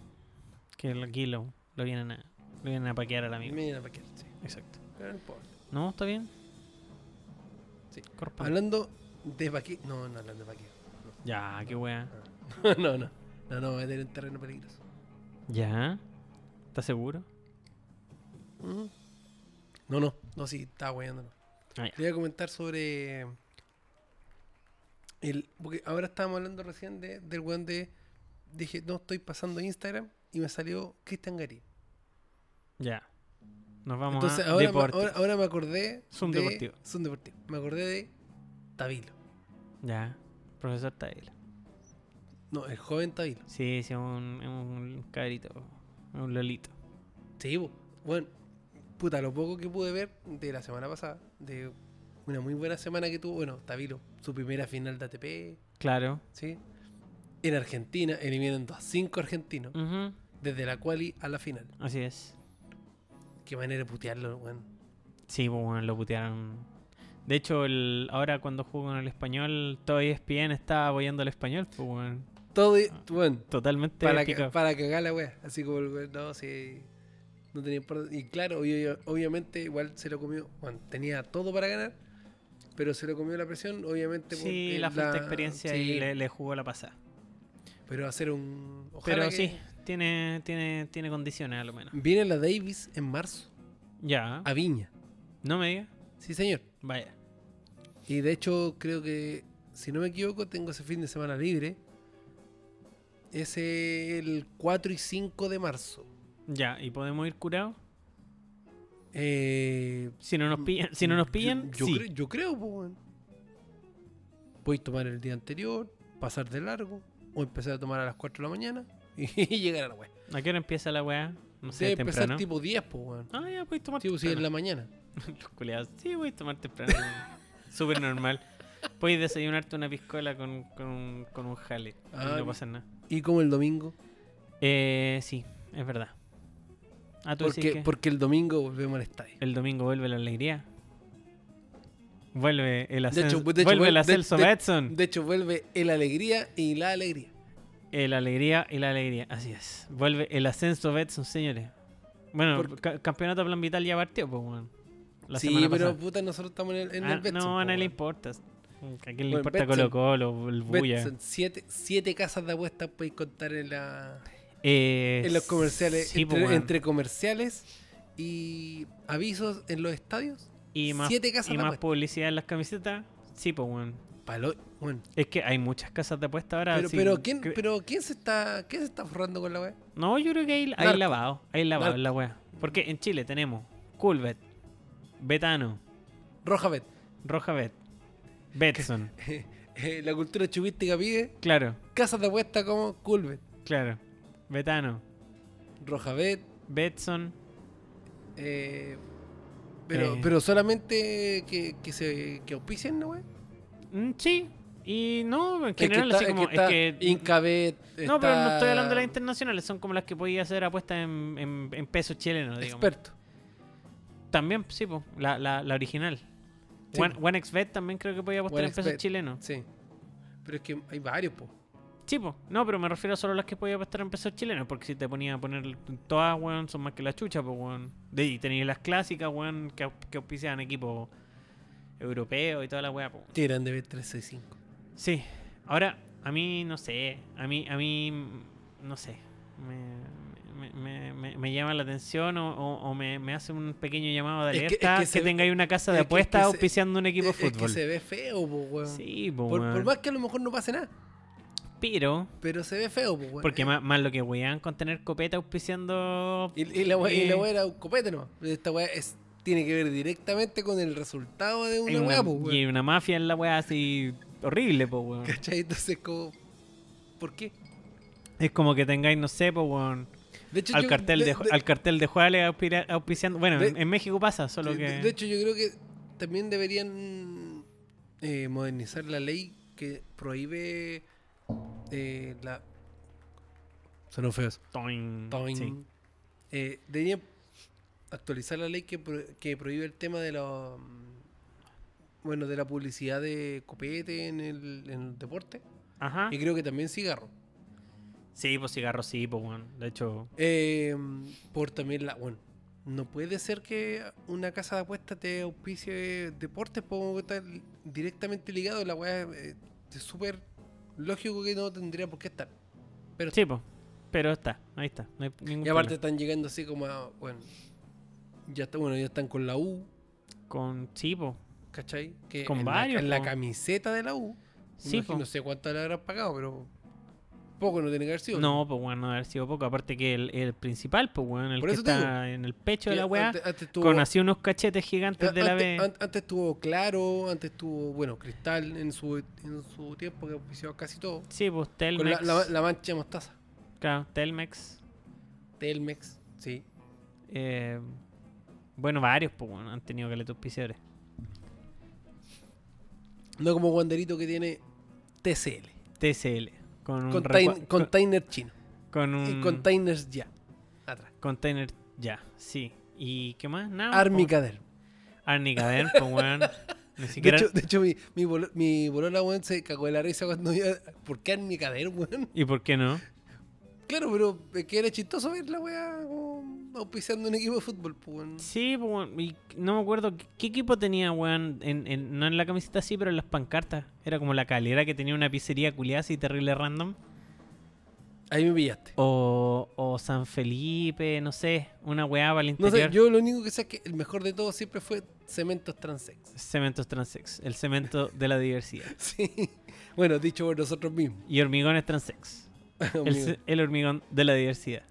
Speaker 1: Que el- aquí lo, lo vienen a lo vienen a paquear al amigo.
Speaker 2: Viene a paquear, sí.
Speaker 1: Exacto.
Speaker 2: Pero no importa.
Speaker 1: ¿No? ¿Está bien?
Speaker 2: Sí.
Speaker 1: Corpa.
Speaker 2: Hablando de paqueo. No, no hablando
Speaker 1: (laughs)
Speaker 2: de paqueo.
Speaker 1: Ya, qué wea.
Speaker 2: no, no. No, no, me voy a meter en terreno peligroso.
Speaker 1: Ya. ¿Estás seguro? Mm.
Speaker 2: Ujú. No, no. No, sí, estaba guayando.
Speaker 1: Ah, ya.
Speaker 2: Le voy a comentar sobre. El, porque ahora estábamos hablando recién de, del weón de. Dije, no, estoy pasando Instagram y me salió Cristian Garín.
Speaker 1: Ya. Nos vamos
Speaker 2: Entonces
Speaker 1: a
Speaker 2: ahora, me-
Speaker 1: Ah, deporte.
Speaker 2: ahora, ahora me acordé.
Speaker 1: Zoom
Speaker 2: de,
Speaker 1: deportivo.
Speaker 2: Zoom deportivo. Me acordé de Tabilo.
Speaker 1: Ya. Profesor Taylor.
Speaker 2: No, el joven Tabilo.
Speaker 1: Sí, sí, es un, es un cabrito. es Un lolito.
Speaker 2: Sí, po. bueno, puta, lo poco que pude ver de la semana pasada, de una muy buena semana que tuvo, bueno, Tabilo, su primera final de ATP,
Speaker 1: Claro.
Speaker 2: ¿sí? En Argentina, eliminando a cinco argentinos,
Speaker 1: Ujú,
Speaker 2: desde la quali a la final.
Speaker 1: Así es.
Speaker 2: Qué manera de putearlo, weón.
Speaker 1: Sí, pues, bueno, lo putearon. De hecho, el, ahora cuando jugó con el español, todo E ESPN estaba apoyando al español. Pues, bueno,
Speaker 2: Todo,
Speaker 1: Ah.
Speaker 2: weón,
Speaker 1: totalmente
Speaker 2: para, ca-
Speaker 1: picado.
Speaker 2: para cagar la weá. Así como el weón, no, sí. No tenía por- Y claro, obvio- obviamente, igual se lo comió. Bueno, tenía todo para ganar, pero se lo comió la presión, obviamente.
Speaker 1: Sí,
Speaker 2: porque
Speaker 1: la falta de experiencia y
Speaker 2: sí,
Speaker 1: le, le jugó la pasada.
Speaker 2: Pero hacer un.
Speaker 1: Pero
Speaker 2: ojalá que-
Speaker 1: sí, tiene, tiene, tiene condiciones a lo menos.
Speaker 2: Viene la Davis en marzo
Speaker 1: Ya.
Speaker 2: a Viña.
Speaker 1: No me digas.
Speaker 2: Sí, señor.
Speaker 1: Vaya.
Speaker 2: Y de hecho, creo que, si no me equivoco, tengo ese fin de semana libre. Es el 4 y 5 de marzo.
Speaker 1: Ya, ¿y podemos ir curados?
Speaker 2: Eh,
Speaker 1: Si no nos pillan, si no nos
Speaker 2: yo-
Speaker 1: pillan,
Speaker 2: yo,
Speaker 1: sí.
Speaker 2: cre- yo creo, pues, weón. Voy a tomar el día anterior, pasar de largo, o empezar a tomar a las 4 de la mañana (laughs) y llegar a la weá.
Speaker 1: ¿A qué hora empieza la weá? No sé,
Speaker 2: Debe empezar
Speaker 1: temprano.
Speaker 2: tipo 10, pues, weón.
Speaker 1: Ah, ya puedes tomar
Speaker 2: Sí, pues, sí, en
Speaker 1: temprano.
Speaker 2: la mañana.
Speaker 1: Los culiados, sí, voy a tomar temprano.
Speaker 2: (laughs)
Speaker 1: Súper normal. Puedes desayunarte una piscola con, con, un- con un jale. y
Speaker 2: Ah,
Speaker 1: no pasa nada.
Speaker 2: Y como el domingo.
Speaker 1: Eh, sí, es verdad. Ah, tú decís
Speaker 2: Porque,
Speaker 1: que
Speaker 2: porque el domingo volvemos al estadio.
Speaker 1: el domingo vuelve la alegría. Vuelve el
Speaker 2: hecho,
Speaker 1: ascenso.
Speaker 2: de hecho,
Speaker 1: vuelve el
Speaker 2: vuel- de-
Speaker 1: ascenso
Speaker 2: de-
Speaker 1: Betson.
Speaker 2: De hecho, vuelve el alegría y la alegría.
Speaker 1: El alegría y la alegría. Así es. Vuelve el ascenso Betson, señores. Bueno,
Speaker 2: Porque-
Speaker 1: ca- campeonato plan vital ya partió, pues, weón. La
Speaker 2: sí,
Speaker 1: semana
Speaker 2: pero
Speaker 1: pasada.
Speaker 2: puta, nosotros estamos en el, en
Speaker 1: Ah,
Speaker 2: el Betson.
Speaker 1: no, a
Speaker 2: po,
Speaker 1: nadie le
Speaker 2: weón.
Speaker 1: importa. ¿A quién le
Speaker 2: Bueno,
Speaker 1: importa
Speaker 2: Betson-
Speaker 1: Colo Colo, el Bulla?
Speaker 2: Betson, siete, siete casas de apuestas podéis contar en, la,
Speaker 1: Eh,
Speaker 2: en los comerciales.
Speaker 1: sí, po,
Speaker 2: entre,
Speaker 1: weón.
Speaker 2: entre comerciales y avisos en los estadios.
Speaker 1: y más,
Speaker 2: siete casas
Speaker 1: y
Speaker 2: de
Speaker 1: más
Speaker 2: apuestas.
Speaker 1: publicidad en las camisetas. Sí, pues, weón.
Speaker 2: Palo- bueno,
Speaker 1: Es que hay muchas casas de apuesta ahora.
Speaker 2: pero,
Speaker 1: Ah, sí,
Speaker 2: pero, ¿quién,
Speaker 1: cre-
Speaker 2: pero ¿quién se está quién se está forrando con la weá?
Speaker 1: No, yo creo que hay, hay
Speaker 2: Narco.
Speaker 1: lavado. Hay lavado
Speaker 2: Narco.
Speaker 1: en la wea. Porque en Chile tenemos Coolbet, Betano,
Speaker 2: Roja Bet. (laughs)
Speaker 1: Rojabet, Betson.
Speaker 2: Eh, la cultura chubística pide
Speaker 1: claro,
Speaker 2: casas de apuestas como Culbet,
Speaker 1: claro. Betano,
Speaker 2: Roja Bet,
Speaker 1: Betson.
Speaker 2: Eh, pero,
Speaker 1: Eh.
Speaker 2: pero solamente que, que se que auspicien, ¿no, güey?
Speaker 1: Mm, sí. Y no, en
Speaker 2: Es que
Speaker 1: general,
Speaker 2: está-
Speaker 1: así como.
Speaker 2: es que
Speaker 1: es
Speaker 2: está
Speaker 1: que-
Speaker 2: Incabet.
Speaker 1: no, pero no estoy
Speaker 2: está
Speaker 1: hablando de las internacionales. Son como las que podía hacer apuestas en, en, en pesos chilenos, digamos.
Speaker 2: Experto.
Speaker 1: También, sí, po, la, la, la original.
Speaker 2: Sí,
Speaker 1: One-
Speaker 2: po.
Speaker 1: OneXBet también creo que podía apostar en pesos
Speaker 2: 1xBet.
Speaker 1: chilenos.
Speaker 2: Sí. Pero es que hay varios, po.
Speaker 1: Sí, po. no, pero me refiero solo a las que podía apostar en pesos chilenos, porque si te ponía a poner todas, weón, son más que la chucha, pues, weón. De- Y tenías las clásicas, weón, que, au- que auspiciaban equipo europeo y toda la weá, po.
Speaker 2: Que eran de B365.
Speaker 1: Sí, ahora, a mí, no sé, a mí, a mí, mm, no sé, me, me- me- me- me llama la atención o, o- o me, me hace un pequeño llamado de
Speaker 2: Es que- es
Speaker 1: alerta
Speaker 2: que
Speaker 1: que,
Speaker 2: se ve-
Speaker 1: tengáis una casa de
Speaker 2: es que- es que
Speaker 1: apuestas
Speaker 2: se-
Speaker 1: auspiciando un equipo de
Speaker 2: Es- es
Speaker 1: fútbol.
Speaker 2: que se ve feo, po, weón.
Speaker 1: Sí, po,
Speaker 2: Por,
Speaker 1: weón.
Speaker 2: por más que a lo mejor no pase nada.
Speaker 1: Pero,
Speaker 2: Pero se ve feo, po, weón.
Speaker 1: porque
Speaker 2: Eh,
Speaker 1: más, más lo que wean con tener copeta auspiciando.
Speaker 2: Y, y la weá y
Speaker 1: eh,
Speaker 2: la weá era un copete, ¿no? Esta weá es, tiene que ver directamente con el resultado de
Speaker 1: hay
Speaker 2: una
Speaker 1: una-
Speaker 2: weá, po, weón.
Speaker 1: y una mafia en la wea así horrible, po, weón.
Speaker 2: ¿Cachai? Entonces, como. ¿Por qué?
Speaker 1: Es como que tengáis, no sé, po, weón,
Speaker 2: De hecho,
Speaker 1: al
Speaker 2: yo-
Speaker 1: cartel de, al cartel de Juárez auspira- auspiciando. Bueno,
Speaker 2: De-
Speaker 1: en, en México pasa, solo
Speaker 2: Sí,
Speaker 1: que.
Speaker 2: de, de hecho, yo creo que también deberían eh, modernizar la ley que prohíbe eh, la. Sonó feo eso.
Speaker 1: Toing. Mm,
Speaker 2: Toing.
Speaker 1: Sí.
Speaker 2: Eh, deberían actualizar la ley que, pro- que prohíbe el tema de la. mm, Bueno, de la publicidad de copete en el, en el deporte.
Speaker 1: Ajá.
Speaker 2: Y creo que también cigarro.
Speaker 1: Sí, pues cigarro sí, pues weón. De hecho,
Speaker 2: Eh, por también la. Bueno, no puede ser que una casa de apuestas te auspicie deportes, porque está directamente ligado. La weá eh, es súper lógico que no tendría por qué estar. Pero
Speaker 1: sí, pues. Pero está, ahí está. No hay ningún
Speaker 2: y aparte
Speaker 1: problema.
Speaker 2: están llegando así como a. Bueno, ya está, bueno, ya están con la U,
Speaker 1: Con sí, pues.
Speaker 2: ¿cachai? Que
Speaker 1: Con
Speaker 2: en la-
Speaker 1: varios,
Speaker 2: en la
Speaker 1: po.
Speaker 2: camiseta de la U.
Speaker 1: Sí,
Speaker 2: imagino,
Speaker 1: po.
Speaker 2: no sé cuánto le habrán pagado, pero poco no tiene que haber sido.
Speaker 1: No, pues weón, no debe haber sido poco. Aparte que el, el principal, pues weón, el
Speaker 2: Por
Speaker 1: que
Speaker 2: eso te
Speaker 1: está en el pecho de
Speaker 2: Que
Speaker 1: la weá,
Speaker 2: antes- antes tuvo- Eh,
Speaker 1: con así unos cachetes gigantes de la
Speaker 2: antes,
Speaker 1: B.
Speaker 2: an- antes estuvo Claro, antes estuvo, bueno, Cristal en su, en su tiempo que auspició casi todo.
Speaker 1: Sí, pues
Speaker 2: Con la,
Speaker 1: Telmex.
Speaker 2: la- la mancha de mostaza.
Speaker 1: Claro, Telmex.
Speaker 2: Telmex, sí.
Speaker 1: eh, bueno, varios, pues weón, han tenido galetos auspiciadores.
Speaker 2: No como Wanderito que tiene TCL.
Speaker 1: TCL. Con un.
Speaker 2: Contain-
Speaker 1: recua- con,
Speaker 2: container chino.
Speaker 1: con
Speaker 2: Y
Speaker 1: un.
Speaker 2: containers ya. Atrás.
Speaker 1: container. Ya, sí. ¿Y qué más? Nada.
Speaker 2: Army
Speaker 1: po.
Speaker 2: Cadel.
Speaker 1: Arnica Dern, pues weón.
Speaker 2: (laughs)
Speaker 1: Ni
Speaker 2: De
Speaker 1: siquiera.
Speaker 2: hecho, de hecho, mi, mi, bolo- mi bolola, weón, se cagó de la risa cuando yo... ¿Por qué Army Cadel, weón? (laughs)
Speaker 1: ¿Y por qué no?
Speaker 2: Claro, pero es que era chistoso ver la weá como auspiciando un equipo de fútbol, pues, weón.
Speaker 1: Sí, pues, weón, y no me acuerdo qué, qué equipo tenía, weón. En, en- no en la camiseta, sí, pero en las pancartas. Era como la calera que tenía una pizzería culiada y terrible random.
Speaker 2: Ahí me pillaste.
Speaker 1: O, o San Felipe, no sé, una weá para el
Speaker 2: No
Speaker 1: interior.
Speaker 2: sé, yo lo único que sé es que el mejor de todo siempre fue cementos transex. (laughs)
Speaker 1: Cementos transex, el cemento de la diversidad.
Speaker 2: Sí. Bueno, dicho por nosotros mismos. (laughs)
Speaker 1: Y hormigones transex, el,
Speaker 2: amigo.
Speaker 1: ce- el hormigón de la
Speaker 2: (laughs)
Speaker 1: diversidad.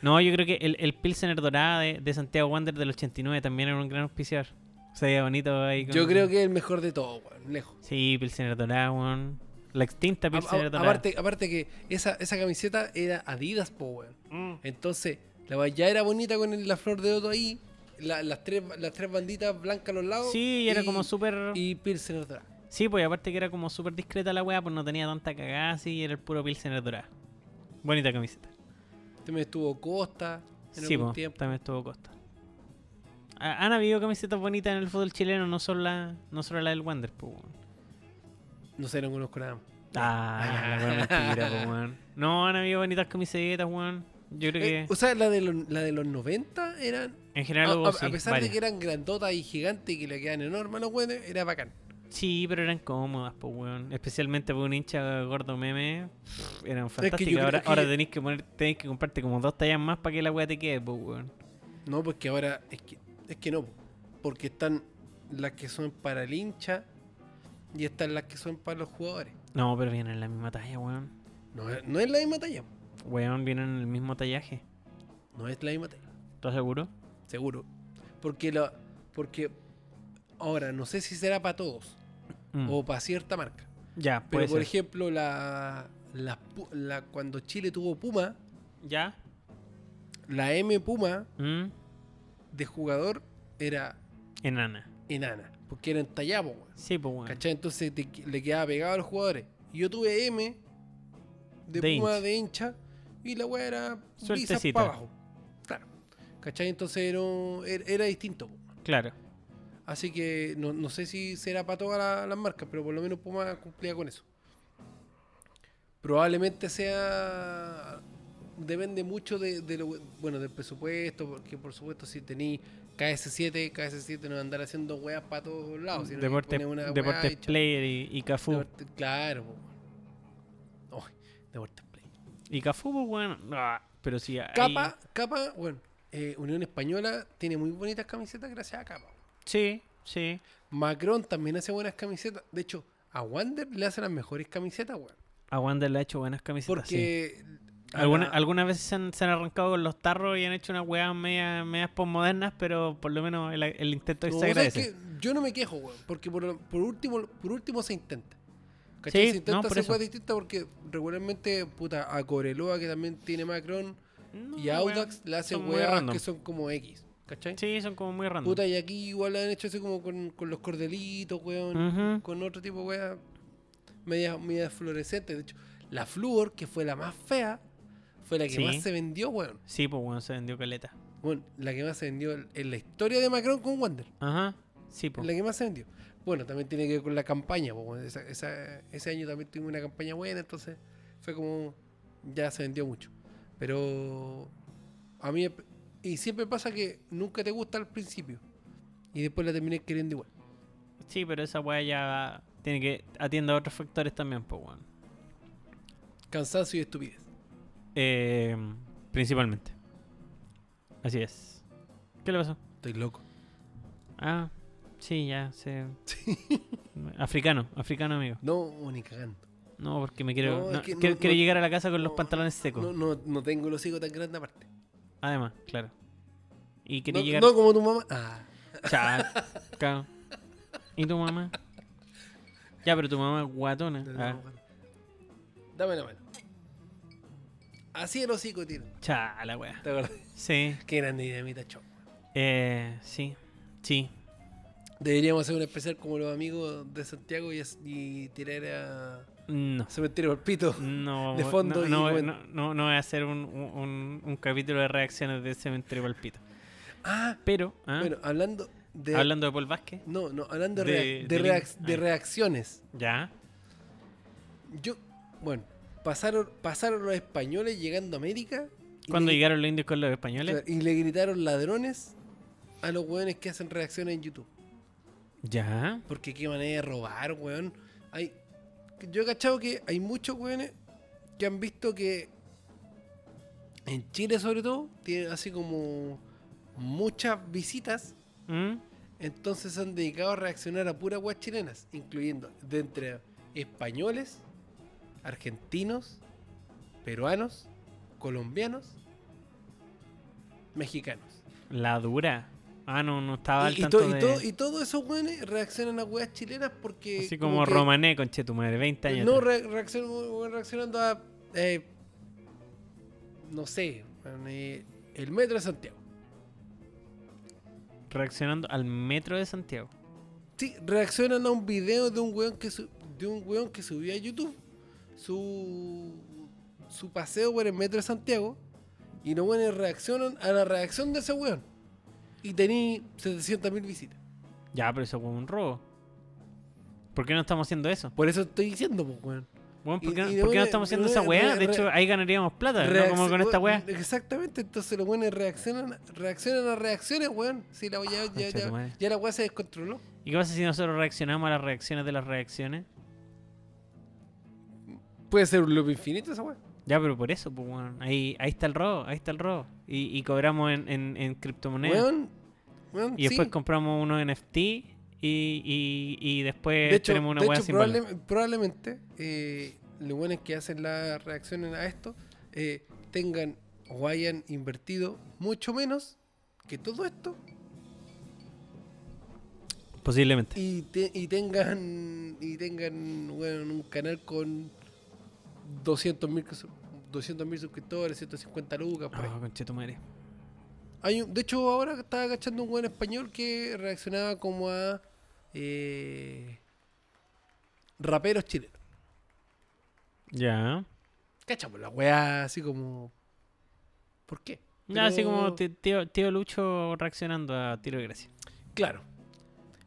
Speaker 1: No, yo creo que el, el Pilsener Dorada de, de Santiago Wander del 89 también era un gran auspiciador. Se veía bonito ahí. con-
Speaker 2: Yo creo que es el mejor de todo, weón. Lejos.
Speaker 1: Sí, Pilsener Dorada, weón. La extinta
Speaker 2: A- a-
Speaker 1: Pilsener Dorada.
Speaker 2: aparte, aparte que esa, esa camiseta era Adidas, po, weón.
Speaker 1: Mm.
Speaker 2: Entonces, la weá ya era bonita con el- la flor de loto ahí. la- las, tres, las tres banditas blancas a los lados.
Speaker 1: Sí, era como súper.
Speaker 2: Y Pilsener dorada.
Speaker 1: Sí, pues y aparte que era como súper discreta la weá, pues no tenía tanta cagada, sí, era el puro Pilsener Dorada. Bonita camiseta.
Speaker 2: También estuvo Costa en
Speaker 1: Sí,
Speaker 2: algún
Speaker 1: pues,
Speaker 2: tiempo.
Speaker 1: también estuvo Costa. Ha- Han habido camisetas bonitas en el fútbol chileno, no solo la, no solo la del Wander, pues. weón.
Speaker 2: No sé, no conozco nada.
Speaker 1: Ah, ya, la weá mentira, pues,
Speaker 2: (laughs)
Speaker 1: weón. No, han habido bonitas camisetas, weón. Yo creo que
Speaker 2: Eh, o sea, la de, los, la de los 90 eran.
Speaker 1: en
Speaker 2: A,
Speaker 1: general hubo,
Speaker 2: a- a
Speaker 1: sí,
Speaker 2: pesar de
Speaker 1: varias.
Speaker 2: que eran grandotas y gigantes y que le quedan enormes a los weones, era bacán.
Speaker 1: Sí, pero eran cómodas, pues, weón. Especialmente por un hincha gordo meme. pff, Eran
Speaker 2: yo
Speaker 1: fantásticas.
Speaker 2: creo-
Speaker 1: ahora
Speaker 2: es que
Speaker 1: ahora
Speaker 2: yo-
Speaker 1: tenéis que poner, tenéis que comprarte como dos tallas más para que la weá te quede, pues, weón.
Speaker 2: No, porque ahora es que, es que no. po. Porque están las que son para el hincha y están las que son para los jugadores.
Speaker 1: No, pero vienen en la misma talla, weón.
Speaker 2: No, es- no es la misma talla.
Speaker 1: Weón, vienen en el mismo tallaje.
Speaker 2: No es la misma talla.
Speaker 1: ¿Estás seguro?
Speaker 2: Seguro. Porque la. Porque. Ahora, no sé si será para todos.
Speaker 1: Mm.
Speaker 2: O para cierta marca.
Speaker 1: ya,
Speaker 2: Pero
Speaker 1: puede
Speaker 2: por
Speaker 1: ser.
Speaker 2: ejemplo, la, la pu- la- cuando Chile tuvo Puma,
Speaker 1: ¿Ya?
Speaker 2: la M Puma
Speaker 1: Mm.
Speaker 2: de jugador era
Speaker 1: Enana.
Speaker 2: enana, porque era en tallabo, weón.
Speaker 1: Sí, pues, weón.
Speaker 2: ¿Cachai? Entonces te qu- le quedaba pegado a los jugadores. Y yo tuve M de,
Speaker 1: De
Speaker 2: Puma
Speaker 1: hincha.
Speaker 2: de hincha y la weá era lisa
Speaker 1: Sueltecita.
Speaker 2: para abajo. Claro. ¿Cachai? Entonces era, un- era, era distinto. po.
Speaker 1: Claro.
Speaker 2: Así que no, no sé si será para todas la- las marcas, pero por lo menos Puma cumplía con eso. Probablemente sea. Depende mucho de, de lo- bueno, del presupuesto, porque por supuesto si tenéis KS7, KS7 no va a andar haciendo weas para todos lados. sino que
Speaker 1: Deporte,
Speaker 2: pone una wea
Speaker 1: Deportes
Speaker 2: y chao.
Speaker 1: Player y, y Cafú.
Speaker 2: Deporte- claro, po. Ay, Deportes Play.
Speaker 1: Y Cafú, pues, weón. ah, pero sí, hay-
Speaker 2: Capa, Capa, bueno, eh, Unión Española tiene muy bonitas camisetas gracias a Capa.
Speaker 1: Sí, sí.
Speaker 2: Macron también hace buenas camisetas. De hecho, a Wander le hace las mejores camisetas, weón.
Speaker 1: A Wander le ha hecho buenas camisetas, sí.
Speaker 2: Porque. a
Speaker 1: Alguna-
Speaker 2: la-
Speaker 1: algunas veces se han, se han arrancado con los tarros y han hecho unas weas media- medias postmodernas, pero por lo menos el, el intento
Speaker 2: no,
Speaker 1: se
Speaker 2: o sea, es
Speaker 1: agradece.
Speaker 2: que yo no me quejo, weón. Porque por, lo- por último por último se intenta. ¿Cachai?
Speaker 1: Sí,
Speaker 2: se
Speaker 1: no,
Speaker 2: intenta
Speaker 1: por
Speaker 2: hacer
Speaker 1: eso.
Speaker 2: weas distintas porque regularmente, puta, a Coreloa, que también tiene Macron,
Speaker 1: No,
Speaker 2: y a Audax
Speaker 1: weón,
Speaker 2: le hacen
Speaker 1: son muy
Speaker 2: weas
Speaker 1: random.
Speaker 2: que son como X. ¿Cachai?
Speaker 1: Sí, son como muy random.
Speaker 2: Puta, y aquí igual han hecho así como con, con los cordelitos, weón.
Speaker 1: Ujú.
Speaker 2: Con otro tipo, weón. Medias medias fluorescentes. De hecho, la Fluor, que fue la más fea, fue la que
Speaker 1: Sí.
Speaker 2: más se vendió, weón.
Speaker 1: Sí, pues bueno, se vendió caleta.
Speaker 2: Bueno, la que más se vendió en la historia de Macron con Wander.
Speaker 1: Ajá. Sí, pues.
Speaker 2: La que más se vendió. Bueno, también tiene que ver con la campaña. po, weón. Esa- esa- ese año también tuvimos una campaña buena, entonces fue como. Ya se vendió mucho. Pero. A mí. Y siempre pasa que nunca te gusta al principio. Y después la terminé queriendo igual.
Speaker 1: Sí, pero esa weá ya tiene que atiende a otros factores también, pues bueno.
Speaker 2: Cansancio y estupidez.
Speaker 1: Eh, principalmente. Así es. ¿Qué le pasó?
Speaker 2: Estoy loco.
Speaker 1: Ah, sí, ya
Speaker 2: (laughs)
Speaker 1: se. Africano, africano, amigo.
Speaker 2: No, ni cagando.
Speaker 1: No, porque me quiero.
Speaker 2: No, es
Speaker 1: no,
Speaker 2: que no-
Speaker 1: quiero,
Speaker 2: no-
Speaker 1: quiero llegar a la casa con los
Speaker 2: no,
Speaker 1: pantalones secos.
Speaker 2: No, no, no tengo los hijos tan grandes aparte.
Speaker 1: Además, claro. Y quiere
Speaker 2: No,
Speaker 1: llegar. (laughs)
Speaker 2: no como tu mamá. Ah,
Speaker 1: Cha- ca- ¿Y tu mamá? Ya, pero tu mamá es guatona.
Speaker 2: no,
Speaker 1: Ah,
Speaker 2: no, bueno. Dame la mano. Así el hocico, tío.
Speaker 1: cha, la wea.
Speaker 2: ¿Te acordás?
Speaker 1: Sí,
Speaker 2: (laughs) Qué grande dinamita show.
Speaker 1: eh, sí, sí.
Speaker 2: Deberíamos hacer un especial como los amigos de Santiago y, as- y tirar a
Speaker 1: No.
Speaker 2: Cementerio al pito.
Speaker 1: No,
Speaker 2: (laughs) De fondo
Speaker 1: no,
Speaker 2: y
Speaker 1: no,
Speaker 2: bueno.
Speaker 1: no- no- no voy a hacer un, un- un- un capítulo de reacciones de Cementerio Palpito.
Speaker 2: Ah,
Speaker 1: Pero, ah,
Speaker 2: bueno, hablando de.
Speaker 1: hablando de Paul Vázquez,
Speaker 2: no, no, hablando de,
Speaker 1: de-
Speaker 2: reac- de
Speaker 1: de
Speaker 2: reac-
Speaker 1: Lin-
Speaker 2: de
Speaker 1: ah.
Speaker 2: reacciones.
Speaker 1: ya.
Speaker 2: Yo, bueno, pasaron, pasaron los españoles llegando a América. y
Speaker 1: Cuando
Speaker 2: le-
Speaker 1: llegaron los indios con los españoles,
Speaker 2: Y le gritaron ladrones a los weones que hacen reacciones en YouTube.
Speaker 1: ya.
Speaker 2: Porque qué manera de robar, weón. Hay, yo he cachado que hay muchos weones que han visto que en Chile sobre todo tiene así como muchas visitas,
Speaker 1: ¿Mm?
Speaker 2: entonces se han dedicado a reaccionar a puras weas chilenas, incluyendo de entre españoles, argentinos, peruanos, colombianos, mexicanos.
Speaker 1: La dura. Ah, no, no estaba al
Speaker 2: Y, y
Speaker 1: tanto
Speaker 2: to- y
Speaker 1: de...
Speaker 2: todo- y todos esos weones reaccionan a weas chilenas porque...
Speaker 1: Así como,
Speaker 2: que-
Speaker 1: Romané, conche tu madre, 20 años.
Speaker 2: No,
Speaker 1: atrás.
Speaker 2: re- reaccion- weón, reaccionando a. eh, no sé. weón, eh, el metro de Santiago.
Speaker 1: Reaccionando al metro de Santiago.
Speaker 2: Sí, reaccionan a un video de un weón que, su- de un weón que subió a YouTube su, su paseo por el metro de Santiago. Y los weones reaccionan a la reacción de ese weón. Y tení 700.000 visitas.
Speaker 1: Ya, pero eso fue un robo. ¿Por qué no estamos haciendo eso?
Speaker 2: Por eso estoy diciendo, pues, weón.
Speaker 1: Weón, ¿por,
Speaker 2: Y-
Speaker 1: qué,
Speaker 2: y
Speaker 1: no-
Speaker 2: de
Speaker 1: por qué no
Speaker 2: una-
Speaker 1: estamos
Speaker 2: de
Speaker 1: haciendo
Speaker 2: una-
Speaker 1: esa
Speaker 2: de
Speaker 1: weá?
Speaker 2: una
Speaker 1: De hecho,
Speaker 2: re-
Speaker 1: ahí ganaríamos plata, ¿no? Como
Speaker 2: Reacc-
Speaker 1: con esta
Speaker 2: weón,
Speaker 1: weá.
Speaker 2: Exactamente, entonces los weones reaccionan, reaccionan a reacciones, weón. Si la ya, ya,
Speaker 1: concha tu madre.
Speaker 2: ya, ya la weá se descontroló.
Speaker 1: ¿Y qué pasa si nosotros reaccionamos a las reacciones de las reacciones?
Speaker 2: Puede ser un loop infinito esa weá.
Speaker 1: Ya, pero por eso, pues, weón. Ahí, ahí está el robo, ahí está el robo. Y, y cobramos en, en, en criptomonedas.
Speaker 2: Weón, weón,
Speaker 1: y después
Speaker 2: sí.
Speaker 1: compramos unos NFT y, y, y después
Speaker 2: de hecho,
Speaker 1: tenemos una
Speaker 2: de
Speaker 1: weá
Speaker 2: hecho,
Speaker 1: sin valor.
Speaker 2: probable- probablemente eh, los buenos que hacen las reacciones a esto eh, tengan o hayan invertido mucho menos que todo esto
Speaker 1: Posiblemente.
Speaker 2: y, te- y tengan y tengan weón, un canal con 200 mil 200 mil suscriptores 150 lucas por ahí.
Speaker 1: Ah, conchetumare.
Speaker 2: Hay un- de hecho, ahora estaba agachando un buen español que reaccionaba como a eh, raperos chilenos.
Speaker 1: Ya.
Speaker 2: Cachamos pues, la weá, así como. ¿Por qué?
Speaker 1: Ya, así como
Speaker 2: Pero-
Speaker 1: ti- tío, tío Lucho reaccionando a Tiro de Gracia.
Speaker 2: Claro.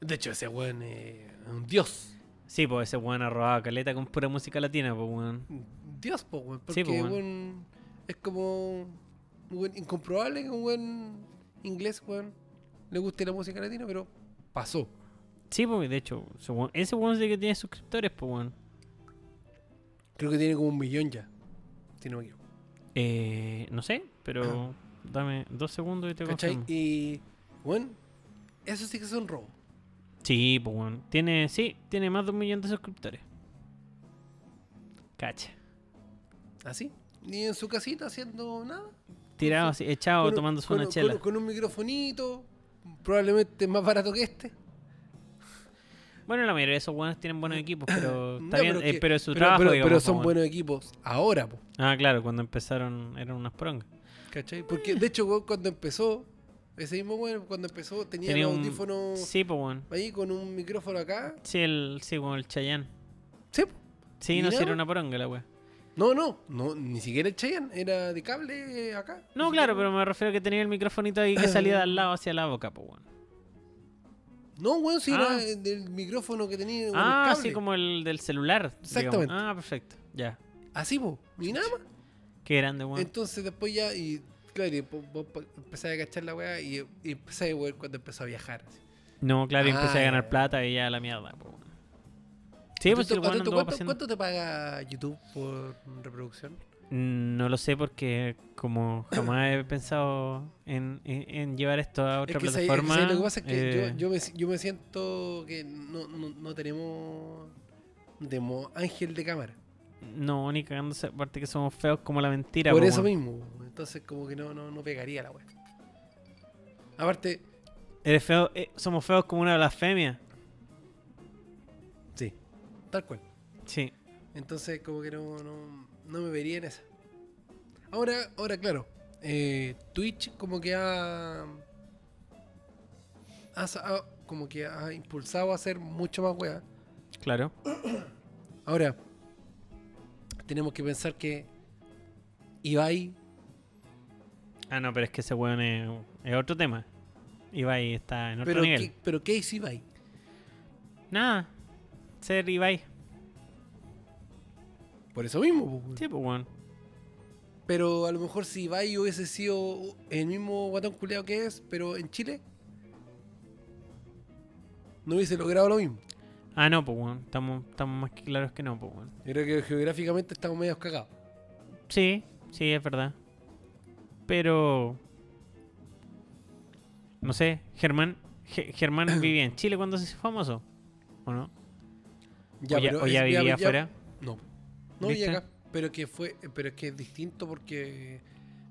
Speaker 2: De hecho, ese weón eh, es un dios.
Speaker 1: Sí, pues ese weón ha robado caleta con pura música latina, pues weón.
Speaker 2: Un Dios, po, weón.
Speaker 1: Sí,
Speaker 2: Porque
Speaker 1: po, weón.
Speaker 2: weón, es como. Un weón incomprobable que un buen inglés, weón, le guste la música latina, pero pasó.
Speaker 1: Sí, pues de hecho, ese weón, ese weón sí que tiene suscriptores, pues weón.
Speaker 2: Creo que tiene como un millón ya. Si no me equivoco.
Speaker 1: Eh, no sé, pero dame dos segundos y te
Speaker 2: ¿Cachai?
Speaker 1: confirmo.
Speaker 2: Y, weón, eso sí que es un robo.
Speaker 1: Sí, pues weón. Tiene, sí, tiene más de un millón de suscriptores. Cacha.
Speaker 2: Así. Ni en su casita haciendo nada.
Speaker 1: Tirado así, echado,
Speaker 2: un-
Speaker 1: tomándose
Speaker 2: con
Speaker 1: una
Speaker 2: un-
Speaker 1: chela.
Speaker 2: Con, con un microfonito, probablemente más barato que este.
Speaker 1: Bueno, la mayoría de esos weones tienen buenos equipos, pero
Speaker 2: Mm, No,
Speaker 1: está bien, eh, pero,
Speaker 2: que-
Speaker 1: es su trabajo,
Speaker 2: pero,
Speaker 1: digamos,
Speaker 2: pero
Speaker 1: po,
Speaker 2: son
Speaker 1: weón.
Speaker 2: buenos equipos ahora, po,
Speaker 1: Ah, claro, cuando empezaron eran unas prongas.
Speaker 2: ¿cachai? Porque, de hecho, weón, cuando empezó, ese mismo bueno, cuando empezó, tenía,
Speaker 1: Tenía
Speaker 2: un
Speaker 1: un-
Speaker 2: audífono
Speaker 1: Sí, pues weón.
Speaker 2: ahí con un micrófono acá.
Speaker 1: Sí, el, sí, como el Chayán.
Speaker 2: Sí, po.
Speaker 1: Sí,
Speaker 2: Mira.
Speaker 1: no, sí era una poronga la wea.
Speaker 2: no, no, no, ni siquiera el Cheyenne, era de cable eh, acá.
Speaker 1: No,
Speaker 2: Ni
Speaker 1: claro, pero
Speaker 2: siquiera-
Speaker 1: me refiero a que tenía el microfonito ahí que salía de al lado hacia la boca, pues weón.
Speaker 2: No, weón, sí,
Speaker 1: Ah.
Speaker 2: era el del micrófono que tenía. con el
Speaker 1: Ah,
Speaker 2: cable.
Speaker 1: sí, como el del celular. digamos.
Speaker 2: Exactamente.
Speaker 1: Ah, perfecto. Ya.
Speaker 2: Así, po, y nada más.
Speaker 1: Qué grande, weón.
Speaker 2: Entonces después ya, y claro, y vos, vos pa- empezás a cachar la weá y, y empezás a ver cuando empezó a viajar. así.
Speaker 1: No, claro, y empecé
Speaker 2: Ah,
Speaker 1: a
Speaker 2: ya,
Speaker 1: ganar
Speaker 2: ya.
Speaker 1: plata y ya la mierda, pues weón. Sí, pues
Speaker 2: Atento-
Speaker 1: el weón
Speaker 2: atento,
Speaker 1: anduvo
Speaker 2: ¿cuánto,
Speaker 1: paseando.
Speaker 2: cuánto te paga YouTube por reproducción?
Speaker 1: Mm, No lo sé porque como jamás he pensado en, en- en llevar esto a otra
Speaker 2: que sabes- que
Speaker 1: plataforma.
Speaker 2: sabes lo que pasa es que yo-
Speaker 1: eh,
Speaker 2: yo, me, si- yo me siento que no, no, no tenemos, no tenemos ángel de cámara.
Speaker 1: No, ni cagándose, aparte que somos feos como la mentira.
Speaker 2: por
Speaker 1: po,
Speaker 2: eso
Speaker 1: weón.
Speaker 2: mismo. Entonces como que no, no, no pegaría la weá. Aparte,
Speaker 1: Eres feo, eh, somos feos como una blasfemia.
Speaker 2: sí, tal cual.
Speaker 1: Sí.
Speaker 2: Entonces como que no, no, no me vería en esa. Ahora, ahora claro, eh, Twitch como que ha, ha sa- ha- como que ha impulsado a hacer mucho más weá.
Speaker 1: Claro.
Speaker 2: Ahora, tenemos que pensar que Ibai,
Speaker 1: Ah, no, pero es que ese weón es, es otro tema. Ibai está en otro
Speaker 2: pero
Speaker 1: nivel.
Speaker 2: ¿qué, pero ¿qué es Ibai?
Speaker 1: Nada. Ser Ibai.
Speaker 2: Por eso mismo, po,
Speaker 1: Sí, pues weón.
Speaker 2: pero a lo mejor si Ibai hubiese sido el mismo guatón culeado que es, pero en Chile, no hubiese logrado lo mismo.
Speaker 1: Ah, no, pues weón. Estamos, estamos más que claros que no, pues weón.
Speaker 2: Yo creo que geográficamente estamos medio cagados.
Speaker 1: Sí, sí, es verdad. Pero. No sé, Germán. Ge- Germán
Speaker 2: (clears throat)
Speaker 1: vivía en Chile cuando se hizo famoso. ¿O no? o ya,
Speaker 2: pero
Speaker 1: o
Speaker 2: es-
Speaker 1: ya
Speaker 2: ya-
Speaker 1: vivía
Speaker 2: ya-
Speaker 1: afuera.
Speaker 2: No. No
Speaker 1: ¿Viste?
Speaker 2: llega. Pero que fue, pero es que es distinto porque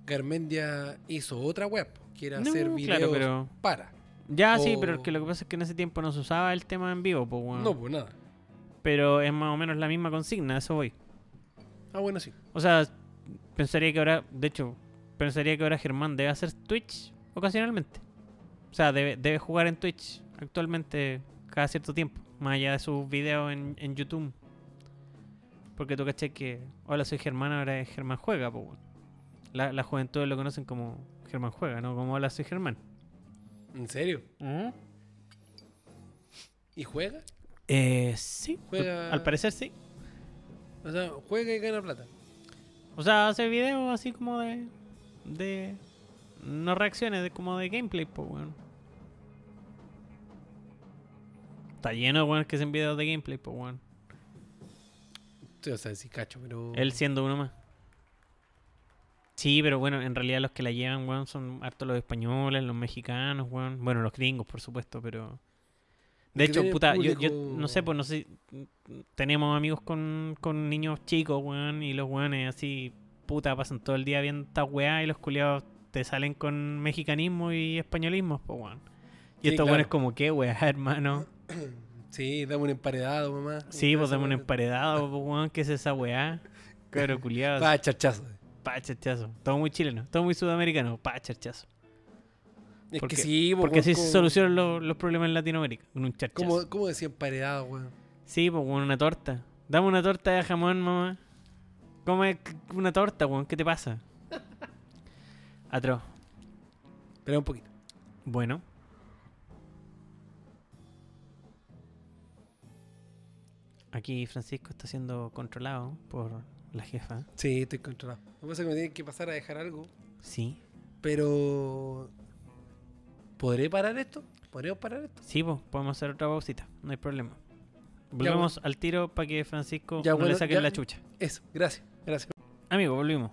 Speaker 2: Garmendia hizo otra web, que era
Speaker 1: No,
Speaker 2: hacer
Speaker 1: claro,
Speaker 2: videos
Speaker 1: pero-
Speaker 2: para.
Speaker 1: Ya sí, pero
Speaker 2: O-
Speaker 1: que lo que pasa es que en ese tiempo no se usaba el tema en vivo, pues weón.
Speaker 2: No, pues nada.
Speaker 1: Pero es más o menos la misma consigna, a eso voy.
Speaker 2: Ah, bueno, sí.
Speaker 1: O sea, pensaría que ahora, de hecho, pensaría que ahora Germán debe hacer Twitch ocasionalmente. O sea, debe, debe jugar en Twitch actualmente cada cierto tiempo, más allá de sus videos en, en YouTube. Porque tú caché que, hola, soy Germán, ahora es Germán Juega, pues weón. La, la juventud lo conocen como Germán Juega, ¿no? Como hola, soy Germán.
Speaker 2: ¿En serio? ¿Y juega?
Speaker 1: Eh, sí,
Speaker 2: Juega-
Speaker 1: al parecer sí.
Speaker 2: O sea, juega y gana plata.
Speaker 1: O sea, hace videos así como de. de. No reacciones, de como de gameplay, pues, weón. Está lleno de weones que hacen videos de gameplay, pues, weón.
Speaker 2: Sí, o sea, sí cacho, pero...
Speaker 1: Él siendo uno más. Sí, pero bueno, en realidad los que la llevan, weón, son harto los españoles, los mexicanos, weón. Bueno, los gringos, por supuesto, pero. De
Speaker 2: Es que
Speaker 1: hecho,
Speaker 2: tiene
Speaker 1: puta, yo, yo
Speaker 2: público-
Speaker 1: no sé, pues no sé. Tenemos amigos con, con niños chicos, weón, y los weones así, puta, pasan todo el día viendo esta weá y los culiados te salen con mexicanismo y españolismos, pues, weón. Y
Speaker 2: Sí,
Speaker 1: estos
Speaker 2: claro.
Speaker 1: weones, como, ¿qué weá,
Speaker 2: (laughs)
Speaker 1: hermano?
Speaker 2: Sí, dame un emparedado, mamá.
Speaker 1: Sí, pues dame un
Speaker 2: emparedado.
Speaker 1: emparedado, pues, weón, ¿qué es esa weá?
Speaker 2: (laughs)
Speaker 1: Claro, culiado.
Speaker 2: Pa, charchazo.
Speaker 1: Pa, charchazo. Todo muy chileno, todo muy sudamericano. Pa, charchazo.
Speaker 2: Es
Speaker 1: Porque-
Speaker 2: que sí,
Speaker 1: Porque así
Speaker 2: sí
Speaker 1: se solucionan lo- los problemas en Latinoamérica. Con un charchazo.
Speaker 2: ¿Cómo, cómo decía emparedado, weón?
Speaker 1: Sí, pues con una torta. Dame una torta de jamón, mamá. Come c- una torta, weón. ¿Qué te pasa? Atroz.
Speaker 2: Espera un poquito.
Speaker 1: Bueno. Aquí Francisco está siendo controlado por la jefa.
Speaker 2: Sí, estoy controlado. Lo que pasa es que me tienen que pasar a dejar algo.
Speaker 1: Sí.
Speaker 2: Pero... ¿Podré parar esto? ¿Podríamos parar esto?
Speaker 1: Sí, pues podemos hacer otra pausita. No hay problema. Volvemos al tiro para que Francisco
Speaker 2: Ya,
Speaker 1: no le
Speaker 2: bueno,
Speaker 1: saquen
Speaker 2: ya-
Speaker 1: la chucha.
Speaker 2: Eso, gracias, gracias.
Speaker 1: Amigo, volvimos.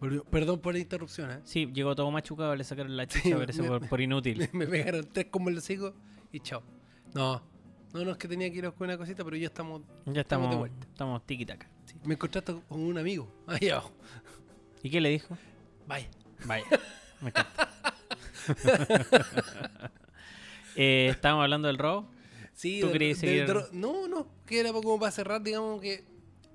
Speaker 2: Volvió. Perdón por la interrupción, ¿eh? (laughs)
Speaker 1: Sí, llegó todo machucado, le sacaron la chucha,
Speaker 2: Sí, me-
Speaker 1: parece
Speaker 2: me-
Speaker 1: por, por
Speaker 2: (laughs)
Speaker 1: inútil.
Speaker 2: Me pegaron tres como el sigo y chao. No, no, no es que tenía que ir a buscar una cosita, pero ya estamos...
Speaker 1: Ya
Speaker 2: estamos de
Speaker 1: estamos,
Speaker 2: vuelta.
Speaker 1: estamos tiki taca.
Speaker 2: sí. Este, Me encontraste con un amigo, (laughs) ahí abajo.
Speaker 1: ¿Y qué le dijo?
Speaker 2: Vaya.
Speaker 1: Vaya, me
Speaker 2: (laughs)
Speaker 1: encanta. eh, estábamos hablando del robo.
Speaker 2: Sí,
Speaker 1: ¿Tú
Speaker 2: del-
Speaker 1: querías
Speaker 2: del
Speaker 1: seguir?
Speaker 2: dro- No, no, que era como para cerrar, digamos, que,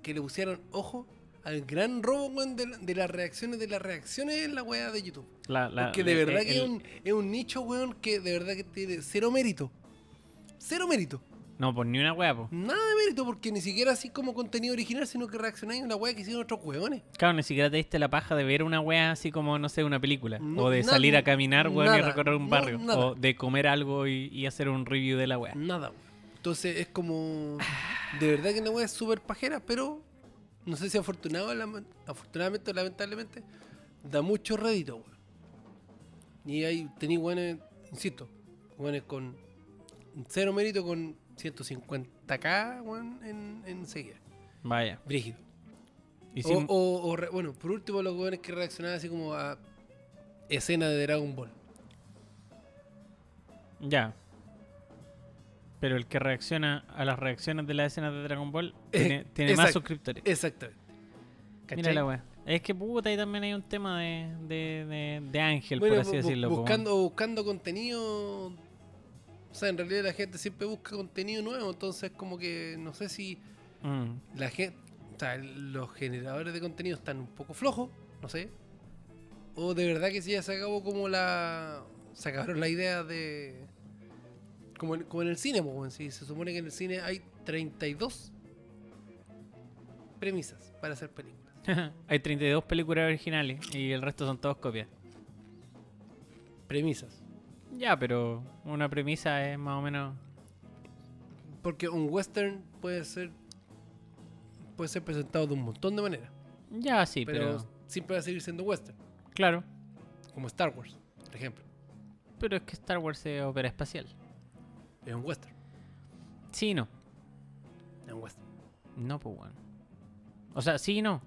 Speaker 2: que le pusieron ojo al gran robo, weón, de, la- de las reacciones, de las reacciones en la weá de YouTube.
Speaker 1: La, la-
Speaker 2: Porque de
Speaker 1: el-
Speaker 2: verdad que
Speaker 1: el-
Speaker 2: es, un, es un nicho, weón, que de verdad que tiene cero mérito. Cero mérito.
Speaker 1: No, pues ni una hueá, po.
Speaker 2: Nada de mérito, porque ni siquiera así como contenido original, sino que reaccionáis a una weá que hicieron otros weones.
Speaker 1: Claro, ni siquiera te diste la paja de ver una hueá así como, no sé, una película.
Speaker 2: No,
Speaker 1: o de
Speaker 2: nada,
Speaker 1: salir a caminar, hueón, y
Speaker 2: nada,
Speaker 1: recorrer un
Speaker 2: no,
Speaker 1: barrio.
Speaker 2: nada.
Speaker 1: o de comer algo y, y hacer un review de la hueá.
Speaker 2: Nada, weón. Entonces es como. De verdad que una weá es súper pajera, pero. No sé si afortunado, lame- afortunadamente o lamentablemente, da mucho rédito, weón. Y ahí tenéis weones, insisto, weones con cero mérito con 150k, weón, en, en seguida.
Speaker 1: Vaya.
Speaker 2: Brígido.
Speaker 1: Y
Speaker 2: O,
Speaker 1: sin-
Speaker 2: o- o re- bueno, por último, los weones que reaccionaban así como a escena de Dragon Ball.
Speaker 1: Ya. Pero el que reacciona a las reacciones de las escenas de Dragon
Speaker 2: (laughs)
Speaker 1: Ball
Speaker 2: Eh,
Speaker 1: tiene, tiene más
Speaker 2: exacto.
Speaker 1: suscriptores.
Speaker 2: Exactamente.
Speaker 1: Mira
Speaker 2: ¿Cachai?
Speaker 1: la wea. Es que puta, ahí también hay un tema de, de, de, de ángel,
Speaker 2: Bueno,
Speaker 1: por así
Speaker 2: bu- bu-
Speaker 1: decirlo. po,
Speaker 2: Buscando, buscando contenido. O sea, en realidad la gente siempre busca contenido nuevo, entonces como que no sé si
Speaker 1: weón. Mm. (laughs)
Speaker 2: la gente, o sea, los generadores de contenido están un poco flojos, no sé. O de verdad que si ya se acabó como la se acabaron la idea de como en, como en el cine, pues, si se supone que en el cine hay 32 premisas para hacer películas.
Speaker 1: hay 32 películas originales y el resto son todos copias.
Speaker 2: Premisas.
Speaker 1: Ya, pero una premisa es más o menos.
Speaker 2: Porque un western puede ser puede ser presentado de un montón de maneras,
Speaker 1: Ya, sí,
Speaker 2: pero,
Speaker 1: pero.
Speaker 2: siempre va a seguir siendo western,
Speaker 1: Claro.
Speaker 2: como Star Wars, por ejemplo,
Speaker 1: Pero es que Star Wars es ópera espacial.
Speaker 2: es un western,
Speaker 1: Sí, y no.
Speaker 2: es un western.
Speaker 1: No, pues, weón. O sea, sí y no.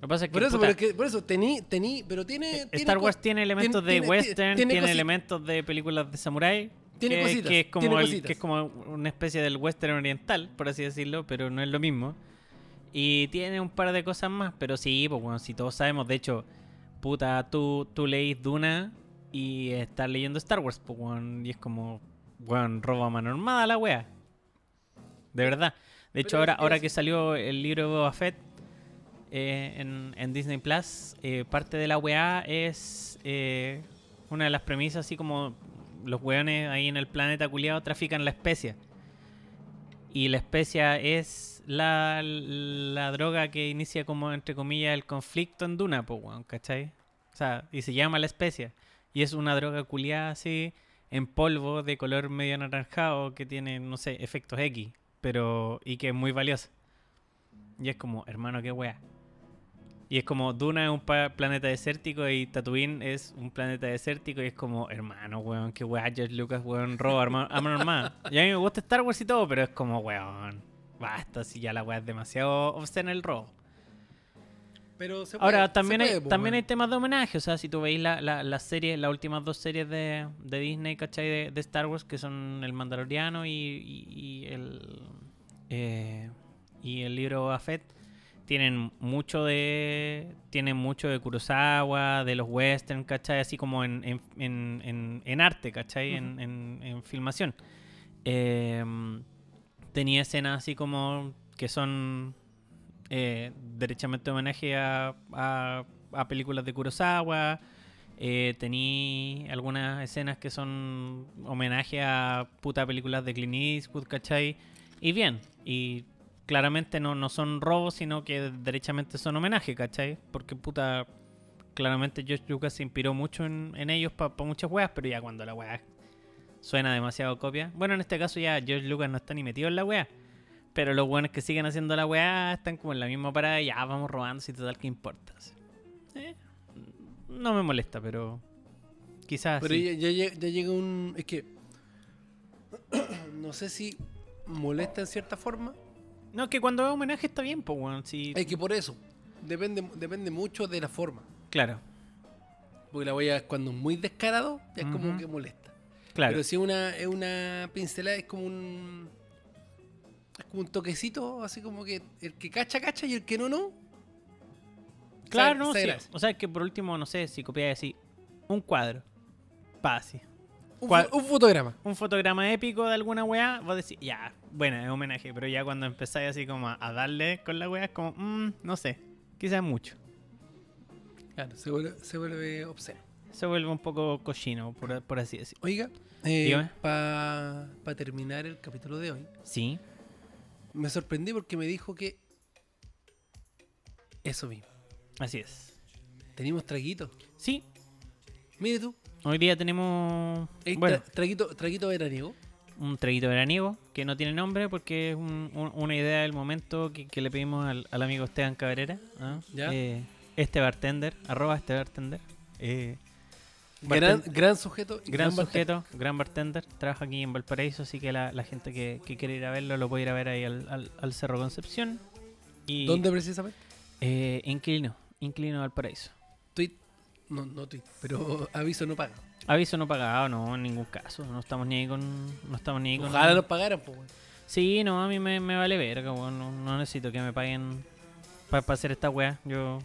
Speaker 1: Lo que pasa es que,
Speaker 2: Por eso,
Speaker 1: puta,
Speaker 2: pero es que- por eso, tení, tení, pero tiene. Eh, tiene
Speaker 1: Eh, Star
Speaker 2: co-
Speaker 1: Wars tiene elementos
Speaker 2: tiene-
Speaker 1: de
Speaker 2: tiene-
Speaker 1: western, tiene,
Speaker 2: tiene cosi-
Speaker 1: elementos de películas de samurái.
Speaker 2: Tiene
Speaker 1: que,
Speaker 2: cositas,
Speaker 1: eh, que es como
Speaker 2: tiene
Speaker 1: el-
Speaker 2: cositas.
Speaker 1: que es como una especie del western oriental, por así decirlo, pero no es lo mismo. Y tiene un par de cosas más, pero sí, pues bueno, si todos sabemos, de hecho, puta, tú, tú leís Duna y estás leyendo Star Wars, pues bueno, y es como, bueno, roba mano armada la wea. De verdad. De hecho,
Speaker 2: Pero
Speaker 1: ahora,
Speaker 2: es que
Speaker 1: ahora
Speaker 2: es-
Speaker 1: que salió el libro de Boba Fett eh, en, en Disney Plus, eh, parte de la weá es eh, una de las premisas, así como los weones ahí en el planeta culiado trafican la especia. Y la especia es la, la droga que inicia como, entre comillas, el conflicto en Duna, po, weón, ¿cachai? O sea, y se llama la especia. Y es una droga culiada así, en polvo, de color medio anaranjado, que tiene, no sé, efectos X, pero... y que es muy valiosa. Y es como, hermano, qué wea. Y es como, Duna es un pa- planeta desértico y Tatooine es un planeta desértico y es como, hermano, weón, qué wea, George Lucas, weón, roba, hermano, (laughs) hermano, hermano. Y a mí me gusta Star Wars y todo, pero es como, weón, basta, si ya la wea es demasiado obscena el robo.
Speaker 2: Pero se puede,
Speaker 1: Ahora,
Speaker 2: se
Speaker 1: también,
Speaker 2: puede,
Speaker 1: hay,
Speaker 2: po,
Speaker 1: también hay
Speaker 2: weón.
Speaker 1: temas de homenaje. O sea, si tú veis la- la- las series, las últimas dos series de, de Disney, ¿cachai? De, de Star Wars, que son El Mandaloriano y, y- y el, eh, y el libro Boba Fett, tienen mucho de tienen mucho de Kurosawa, de los western, ¿cachai? Así como en, en, en- en- en arte, ¿cachai? En, en- en filmación. Eh, tenía escenas así como que son eh, derechamente homenaje a, a- a películas de Kurosawa. Eh, tení algunas escenas que son homenaje a puta películas de Clint Eastwood, ¿cachai? Y bien, y claramente no, no son robos, sino que derechamente son homenaje, ¿cachai? Porque puta, claramente George Lucas se inspiró mucho en, en ellos para muchas weas, pero ya cuando la wea suena demasiado copia. Bueno, en este caso ya George Lucas no está ni metido en la wea. Pero los buenos que siguen haciendo la weá están como en la misma parada y ya vamos robando si total que importa. Así. Eh, no me molesta, pero quizás
Speaker 2: Pero
Speaker 1: sí.
Speaker 2: ya, ya lle- ya llega un. Es que. (coughs) no sé si molesta en cierta forma.
Speaker 1: No, es que cuando veo homenaje está bien, pues weón. Sí,
Speaker 2: Es que por eso. Depende, depende mucho de la forma.
Speaker 1: claro,
Speaker 2: Porque la voy a. Cuando es muy descarado, ya es como
Speaker 1: Ujú.
Speaker 2: que molesta.
Speaker 1: claro.
Speaker 2: Pero si es una, es una pincelada, es como un. Es como un toquecito, así como que el que cacha, cacha y el que no, no.
Speaker 1: Claro,
Speaker 2: se-
Speaker 1: no,
Speaker 2: se
Speaker 1: sí.
Speaker 2: agradece.
Speaker 1: O sea, que por último, no sé, si copiáis así un cuadro, pase.
Speaker 2: Un,
Speaker 1: ¿Cuál?
Speaker 2: fo- un fotograma.
Speaker 1: Un fotograma épico de alguna weá, vos decís, ya, bueno, es homenaje, pero ya cuando empezáis así como a, a darle con la weá, es como, mm, no sé, quizás mucho.
Speaker 2: Claro, se vuelve, se vuelve obsceno.
Speaker 1: Se vuelve un poco cochino, por, por así decirlo.
Speaker 2: Oiga, eh,
Speaker 1: Dígame.
Speaker 2: para terminar el capítulo de hoy,
Speaker 1: Sí.
Speaker 2: me sorprendí porque me dijo que. Eso mismo.
Speaker 1: Así es.
Speaker 2: Tenemos traguitos.
Speaker 1: Sí,
Speaker 2: Mire tú,
Speaker 1: hoy día tenemos
Speaker 2: eh, tra-
Speaker 1: bueno,
Speaker 2: traguito, traguito veraniego.
Speaker 1: un traguito veraniego que no tiene nombre porque es un- un- una idea del momento que, que le pedimos al, al amigo Esteban Cabrera. ¿ah?
Speaker 2: Ya.
Speaker 1: Eh, este bartender, arroba este bartender. eh,
Speaker 2: Gran,
Speaker 1: bartend-
Speaker 2: gran sujeto. y
Speaker 1: gran
Speaker 2: bartender.
Speaker 1: sujeto, gran bartender. Trabaja aquí en Valparaíso, así que la, la gente que, que quiere ir a verlo lo puede ir a ver ahí al, al- al Cerro Concepción. Y,
Speaker 2: ¿Dónde precisamente?
Speaker 1: Eh, Inclino, Inclino Valparaíso.
Speaker 2: Tweet. No, no tweet, pero (laughs) aviso no paga.
Speaker 1: Aviso no pagado, no, en ningún caso. No estamos ni ahí con. No estamos ni ahí con.
Speaker 2: Ojalá lo pagaran, pues. weón.
Speaker 1: Sí, no, a mí me, me vale verga, weón. No, no necesito que me paguen para hacer esta weá. Yo.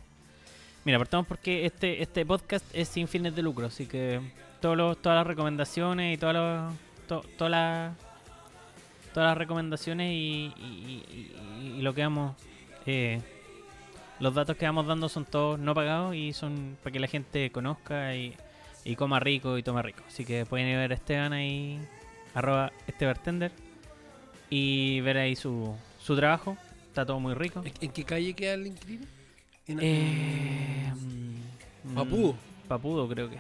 Speaker 1: Mira, partamos porque este, este podcast es sin fines de lucro, así que todos los- todas las recomendaciones y todas las. to- todas las- todas las recomendaciones y, y- y- y lo que vamos. eh, los datos que vamos dando son todos no pagados y son para que la gente conozca y, y coma rico y toma rico. Así que pueden ir a ver a Esteban ahí, arroba este bartender, y ver ahí su, su trabajo. Está todo muy rico.
Speaker 2: ¿En, en qué calle queda el inquilino? En,
Speaker 1: Eh, mm,
Speaker 2: Papudo.
Speaker 1: Papudo, creo que.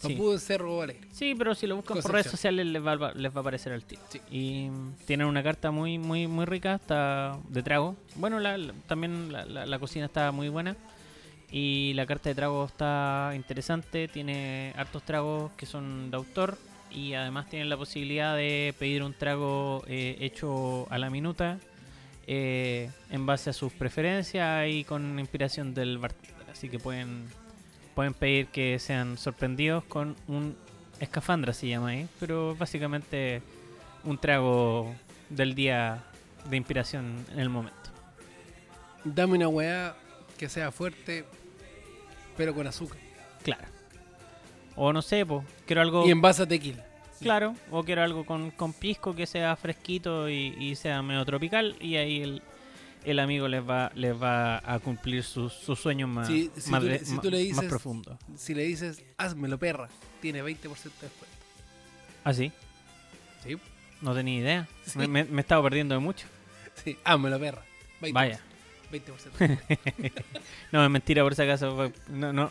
Speaker 1: Sí.
Speaker 2: Papudo de Cerro Alegre.
Speaker 1: Sí, pero si lo buscan por
Speaker 2: Concepción.
Speaker 1: redes sociales les va, va- les va a aparecer al tiro.
Speaker 2: Sí.
Speaker 1: Y mm, tienen una carta muy muy muy rica, está de trago. Bueno, la- la- también la, la- la cocina está muy buena. Y la carta de trago está interesante, tiene hartos tragos que son de autor y además tienen la posibilidad de pedir un trago eh, hecho a la minuta eh, en base a sus preferencias y con inspiración del bartender. Así que pueden, pueden pedir que sean sorprendidos con un escafandra, se llama ahí, pero básicamente un trago del día de inspiración en el momento.
Speaker 2: Dame una weá que sea fuerte, pero con azúcar.
Speaker 1: Claro. O no sé, po, quiero algo
Speaker 2: Y en base a tequila.
Speaker 1: claro, o quiero algo con, con pisco que sea fresquito y, y sea medio tropical y ahí el, el amigo les va les va a cumplir sus sus sueños más,
Speaker 2: Sí, si
Speaker 1: más
Speaker 2: tú
Speaker 1: de-
Speaker 2: le- si
Speaker 1: ma-
Speaker 2: tú le
Speaker 1: más
Speaker 2: dices-
Speaker 1: profundos.
Speaker 2: Si le dices, házmelo perra, tiene 20% de descuento.
Speaker 1: ¿Así?
Speaker 2: Sí,
Speaker 1: ¿Ah, No tenía idea.
Speaker 2: Sí.
Speaker 1: Me, me, me he estado perdiendo de mucho.
Speaker 2: sí, házmelo perra. 20%,
Speaker 1: Vaya. (laughs)
Speaker 2: 20%.
Speaker 1: No, es mentira por si acaso. fue- No,
Speaker 2: (laughs)
Speaker 1: no.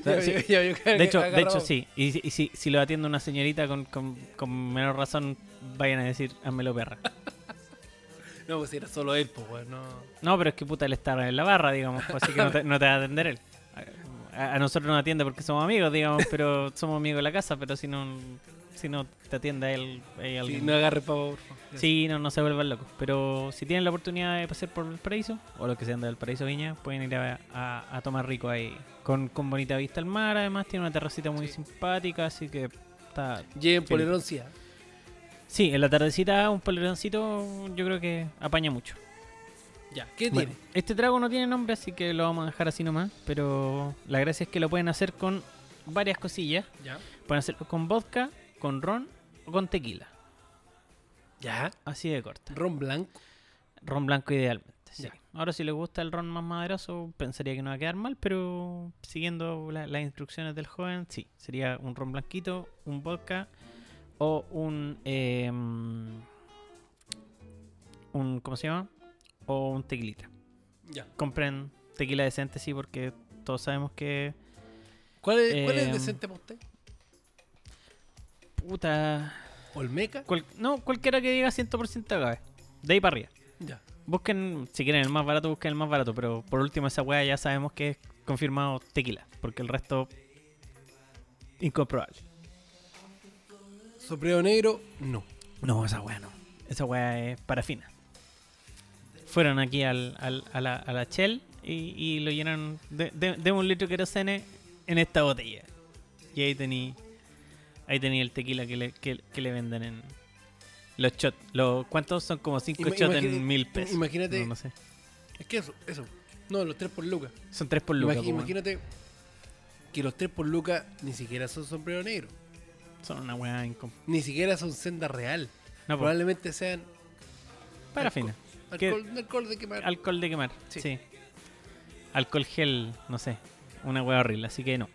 Speaker 1: O sea, sí. De hecho, de hecho sí. Y, si- y si, si lo atiende una señorita con, con, con menor razón, vayan a decir, házmelo perra.
Speaker 2: No, pues era solo él, pues, weón, no.
Speaker 1: No, pero es que puta él está en la barra, digamos, pues, así que no te, no te va a atender él. A, a nosotros nos atiende porque somos amigos, digamos, pero somos amigos de la casa, pero si no, si no te atiende a él, hay
Speaker 2: Sí,
Speaker 1: alguien.
Speaker 2: no agarre pavo, por favor. Gracias.
Speaker 1: Sí, no, no se vuelvan locos. Pero si tienen la oportunidad de pasar por el paraíso, o los que sean del paraíso Viña, pueden ir a, a- a tomar rico ahí. Con, con bonita vista al mar, además tiene una terracita muy
Speaker 2: Sí.
Speaker 1: simpática, así que está...
Speaker 2: Lleven
Speaker 1: Sí.
Speaker 2: polerón, sí. ah.
Speaker 1: Sí, en la tardecita un poleroncito yo creo que apaña mucho.
Speaker 2: Ya, ¿qué
Speaker 1: Bueno,
Speaker 2: tiene?
Speaker 1: este trago no tiene nombre, así que lo vamos a dejar así nomás. Pero la gracia es que lo pueden hacer con varias cosillas.
Speaker 2: Ya.
Speaker 1: Pueden hacerlo con vodka, con ron o con tequila.
Speaker 2: Ya.
Speaker 1: Así de corta.
Speaker 2: Ron blanco.
Speaker 1: Ron blanco idealmente. sí.
Speaker 2: Ya.
Speaker 1: Ahora si les gusta el ron más maderoso, pensaría que no va a quedar mal, pero siguiendo la- las instrucciones del joven, sí, sería un ron blanquito, un vodka o un... eh, un ¿Cómo se llama? O un tequilita.
Speaker 2: Ya.
Speaker 1: Compren tequila decente, sí, porque todos sabemos que...
Speaker 2: ¿Cuál es, cuál es
Speaker 1: Eh,
Speaker 2: decente para usted?
Speaker 1: Puta...
Speaker 2: ¿Olmeca?
Speaker 1: cual- no, cualquiera que diga 100% agave. De ahí para arriba.
Speaker 2: Ya.
Speaker 1: Busquen, si quieren el más barato, busquen el más barato. Pero por último, esa weá ya sabemos que es confirmado tequila. Porque el resto. Incomprobable.
Speaker 2: Sopreo negro, no.
Speaker 1: No, esa weá no. Esa weá es parafina. Fueron aquí al, al- a, la, a la Shell y, y lo llenaron de, de- de un litro de querosene en esta botella. Y ahí tení. Ahí tení el tequila que le, que, que le venden en. Los shots. Los, ¿Cuántos son? Como 5
Speaker 2: Ima-
Speaker 1: shots
Speaker 2: imagínate-
Speaker 1: en mil pesos.
Speaker 2: imagínate-
Speaker 1: No, no sé.
Speaker 2: Es que eso, eso. No, los tres por lucas.
Speaker 1: Son 3 por lucas.
Speaker 2: Imagi-
Speaker 1: po, weón.
Speaker 2: imagínate que los tres por lucas ni siquiera son sombrero negro.
Speaker 1: Son una weá incom...
Speaker 2: Ni siquiera son senda real.
Speaker 1: No, pues,
Speaker 2: Probablemente sean
Speaker 1: parafina. ¿Qué?
Speaker 2: alcohol, alcohol de quemar.
Speaker 1: Alcohol de quemar, sí.
Speaker 2: Sí.
Speaker 1: Alcohol gel, no sé. Una weá horrible, así que no.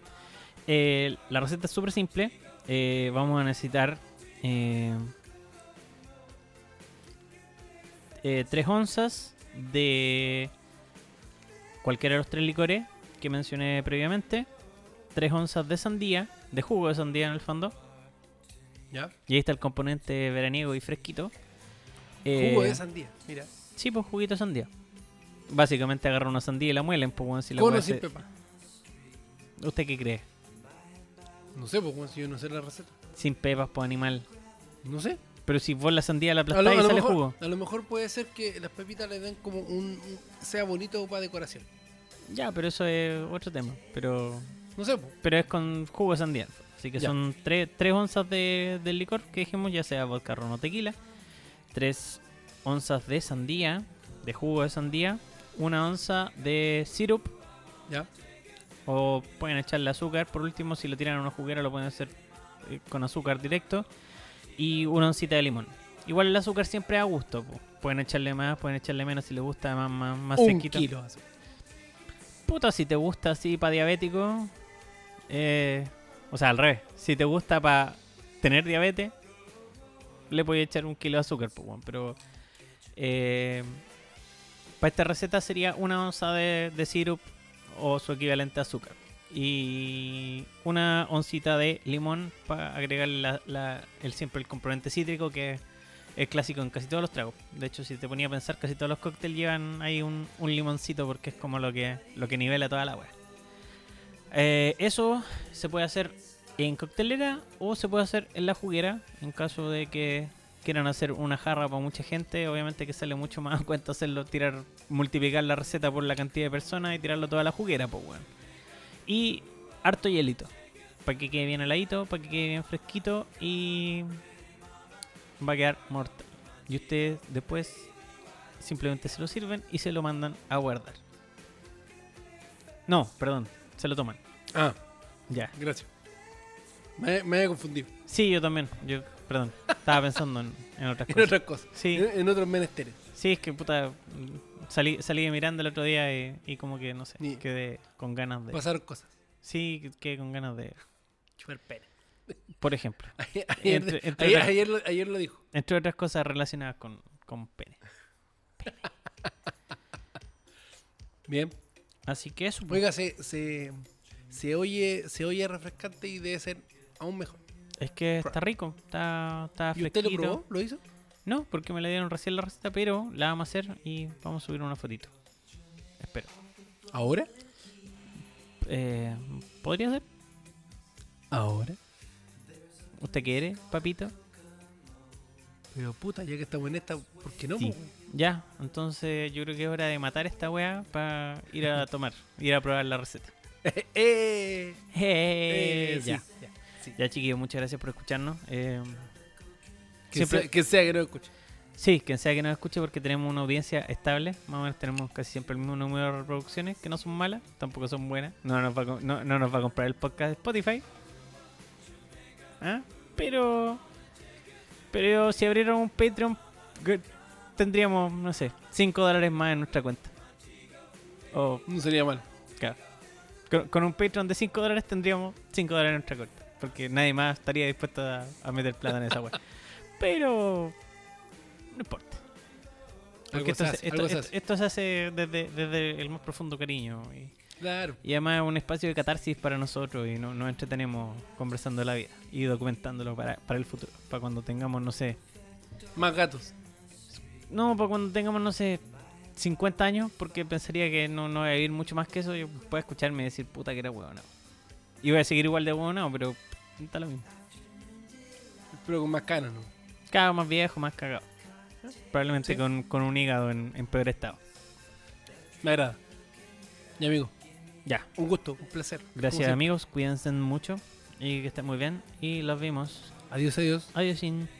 Speaker 1: Eh, la receta es súper simple. Eh, vamos a necesitar eh, eh, tres onzas de cualquiera de los tres licores que mencioné previamente. Tres onzas de sandía, de jugo de sandía en el fondo.
Speaker 2: ¿Ya?
Speaker 1: Y ahí está el componente veraniego y fresquito.
Speaker 2: Jugo
Speaker 1: Eh,
Speaker 2: de sandía, mira.
Speaker 1: Sí, pues juguito de sandía. Básicamente agarra una sandía y la muelen, pues weón, si la
Speaker 2: Con
Speaker 1: weá
Speaker 2: o sin
Speaker 1: se-
Speaker 2: pepa.
Speaker 1: ¿Usted qué cree?
Speaker 2: No sé, pues, weón, si yo no sé la receta.
Speaker 1: Sin pepas, pues animal.
Speaker 2: No sé.
Speaker 1: Pero si vos la sandía la
Speaker 2: A lo, a
Speaker 1: aplastáis y
Speaker 2: lo
Speaker 1: sale
Speaker 2: mejor,
Speaker 1: jugo.
Speaker 2: a lo mejor puede ser que las pepitas le den como un, un- sea bonito para decoración.
Speaker 1: Ya, pero eso es otro tema. Pero
Speaker 2: No sé, pues.
Speaker 1: pero es con jugo de sandía. Así que
Speaker 2: Ya.
Speaker 1: son 3 tres onzas de, del licor que dijimos, ya sea vodka, ron o tequila. 3 onzas de sandía, de jugo de sandía. Una onza de sirup
Speaker 2: ¿Ya?
Speaker 1: O pueden echarle azúcar. Por último, si lo tiran a una juguera, lo pueden hacer eh, con azúcar directo. Y una oncita de limón. Igual el azúcar siempre es a gusto. po. Pueden echarle más, pueden echarle menos si les gusta, más, más, más
Speaker 2: un
Speaker 1: fresquito.
Speaker 2: kilo. así.
Speaker 1: Puta, si te gusta así para diabético. eh, o sea, al revés. Si te gusta para tener diabetes, le puedes echar un kilo de azúcar, po, weón, pero. para esta receta sería una onza de, de sirup o su equivalente a azúcar. Y una oncita de limón para agregar la- la- el, siempre el componente cítrico que es clásico en casi todos los tragos. De hecho, si te ponía a pensar, casi todos los cócteles llevan ahí un, un limoncito porque es como lo que, lo que nivela toda la wea. Eh, eso se puede hacer en coctelera o se puede hacer en la juguera en caso de que quieran hacer una jarra para mucha gente, obviamente que sale mucho más (laughs) a cuenta hacerlo, tirar, multiplicar la receta por la cantidad de personas y tirarlo toda la juguera, pues weón. Y harto hielito, para que quede bien heladito, para que quede bien fresquito y va a quedar mortal. Y ustedes después simplemente se lo sirven y se lo mandan a guardar. No, perdón, se lo toman.
Speaker 2: Ah,
Speaker 1: Ya.
Speaker 2: gracias. Me, me he confundido
Speaker 1: Sí, yo también. Yo, perdón, estaba pensando en, en otras
Speaker 2: (laughs) en ¿Eh?
Speaker 1: cosas.
Speaker 2: otras cosas,
Speaker 1: Sí.
Speaker 2: en, en otros menesteres.
Speaker 1: Sí, es que puta. mm, Salí, salí de Miranda el otro día y, y como que no sé,
Speaker 2: Ni-
Speaker 1: quedé con ganas de.
Speaker 2: Pasaron cosas.
Speaker 1: Sí, quedé con ganas de.
Speaker 2: Chupar pene.
Speaker 1: Por ejemplo,
Speaker 2: (laughs) Ayer,
Speaker 1: Entre- entre
Speaker 2: ayer-
Speaker 1: otras-
Speaker 2: ayer lo, ayer lo dijo.
Speaker 1: entre otras cosas relacionadas con, con pene.
Speaker 2: Bien.
Speaker 1: Así que eso. pues.
Speaker 2: Oiga, se, se, se oye, se oye refrescante y debe ser aún mejor.
Speaker 1: Es que está rico, está, está
Speaker 2: ¿Y usted lo
Speaker 1: fresquito.
Speaker 2: probó? ¿Lo hizo?
Speaker 1: No, porque me la dieron recién la receta, pero la vamos a hacer y vamos a subir una fotito. Espero.
Speaker 2: ¿Ahora?
Speaker 1: Eh, ¿Podría ser?
Speaker 2: ¿Ahora?
Speaker 1: ¿Usted quiere, papito?
Speaker 2: Pero puta, ya que estamos en esta, ¿por qué no?
Speaker 1: Sí.
Speaker 2: po, (laughs) wey?
Speaker 1: Ya, entonces yo creo que es hora de matar esta weá para ir a tomar, ir a probar la receta.
Speaker 2: eh,
Speaker 1: Eh,
Speaker 2: eh, sí,
Speaker 1: ya.
Speaker 2: ya, sí.
Speaker 1: ya, chiquillos, muchas gracias por escucharnos. Eh,
Speaker 2: Que,
Speaker 1: siempre-
Speaker 2: sea, que sea que no escuche.
Speaker 1: sí, quien sea que nos escuche, porque tenemos una audiencia estable. Más o menos tenemos casi siempre el mismo número de reproducciones, que no son malas, tampoco son buenas. No nos va a, com- no, no nos va a comprar el podcast de Spotify. ¿Ah? Pero. Pero si abrieran un Patreon, que- tendríamos, no sé, 5 dólares más en nuestra cuenta. O
Speaker 2: No sería malo.
Speaker 1: Claro. Con, con un Patreon de 5 dólares tendríamos 5 dólares en nuestra cuenta. Porque nadie más estaría dispuesto a, a meter plata en esa web. Pero. No importa. Porque
Speaker 2: Algo
Speaker 1: esto,
Speaker 2: se
Speaker 1: se-
Speaker 2: hace,
Speaker 1: esto-
Speaker 2: algo se
Speaker 1: esto-
Speaker 2: hace.
Speaker 1: esto se hace desde, desde el más profundo cariño. Y,
Speaker 2: Claro.
Speaker 1: y además es un espacio de catarsis para nosotros. Y no- nos entretenemos conversando la vida y documentándolo para, para el futuro. Para cuando tengamos, no sé.
Speaker 2: Más gatos.
Speaker 1: No, para cuando tengamos, no sé, 50 años, porque pensaría que no, no voy a vivir mucho más que eso. Yo puedo escucharme y decir, puta que era huevona. Y voy a seguir igual de huevona, pero está lo mismo.
Speaker 2: Pero con más canas, ¿no?
Speaker 1: Cada más viejo, más cagado. Probablemente
Speaker 2: Sí.
Speaker 1: con, con un hígado en, en peor estado.
Speaker 2: Me agrada. Y amigo,
Speaker 1: Ya.
Speaker 2: un gusto, un placer.
Speaker 1: Gracias,
Speaker 2: Como siempre.
Speaker 1: amigos. Cuídense mucho y que estén muy bien. Y los vimos.
Speaker 2: Adiós, adiós.
Speaker 1: Adiós, sin.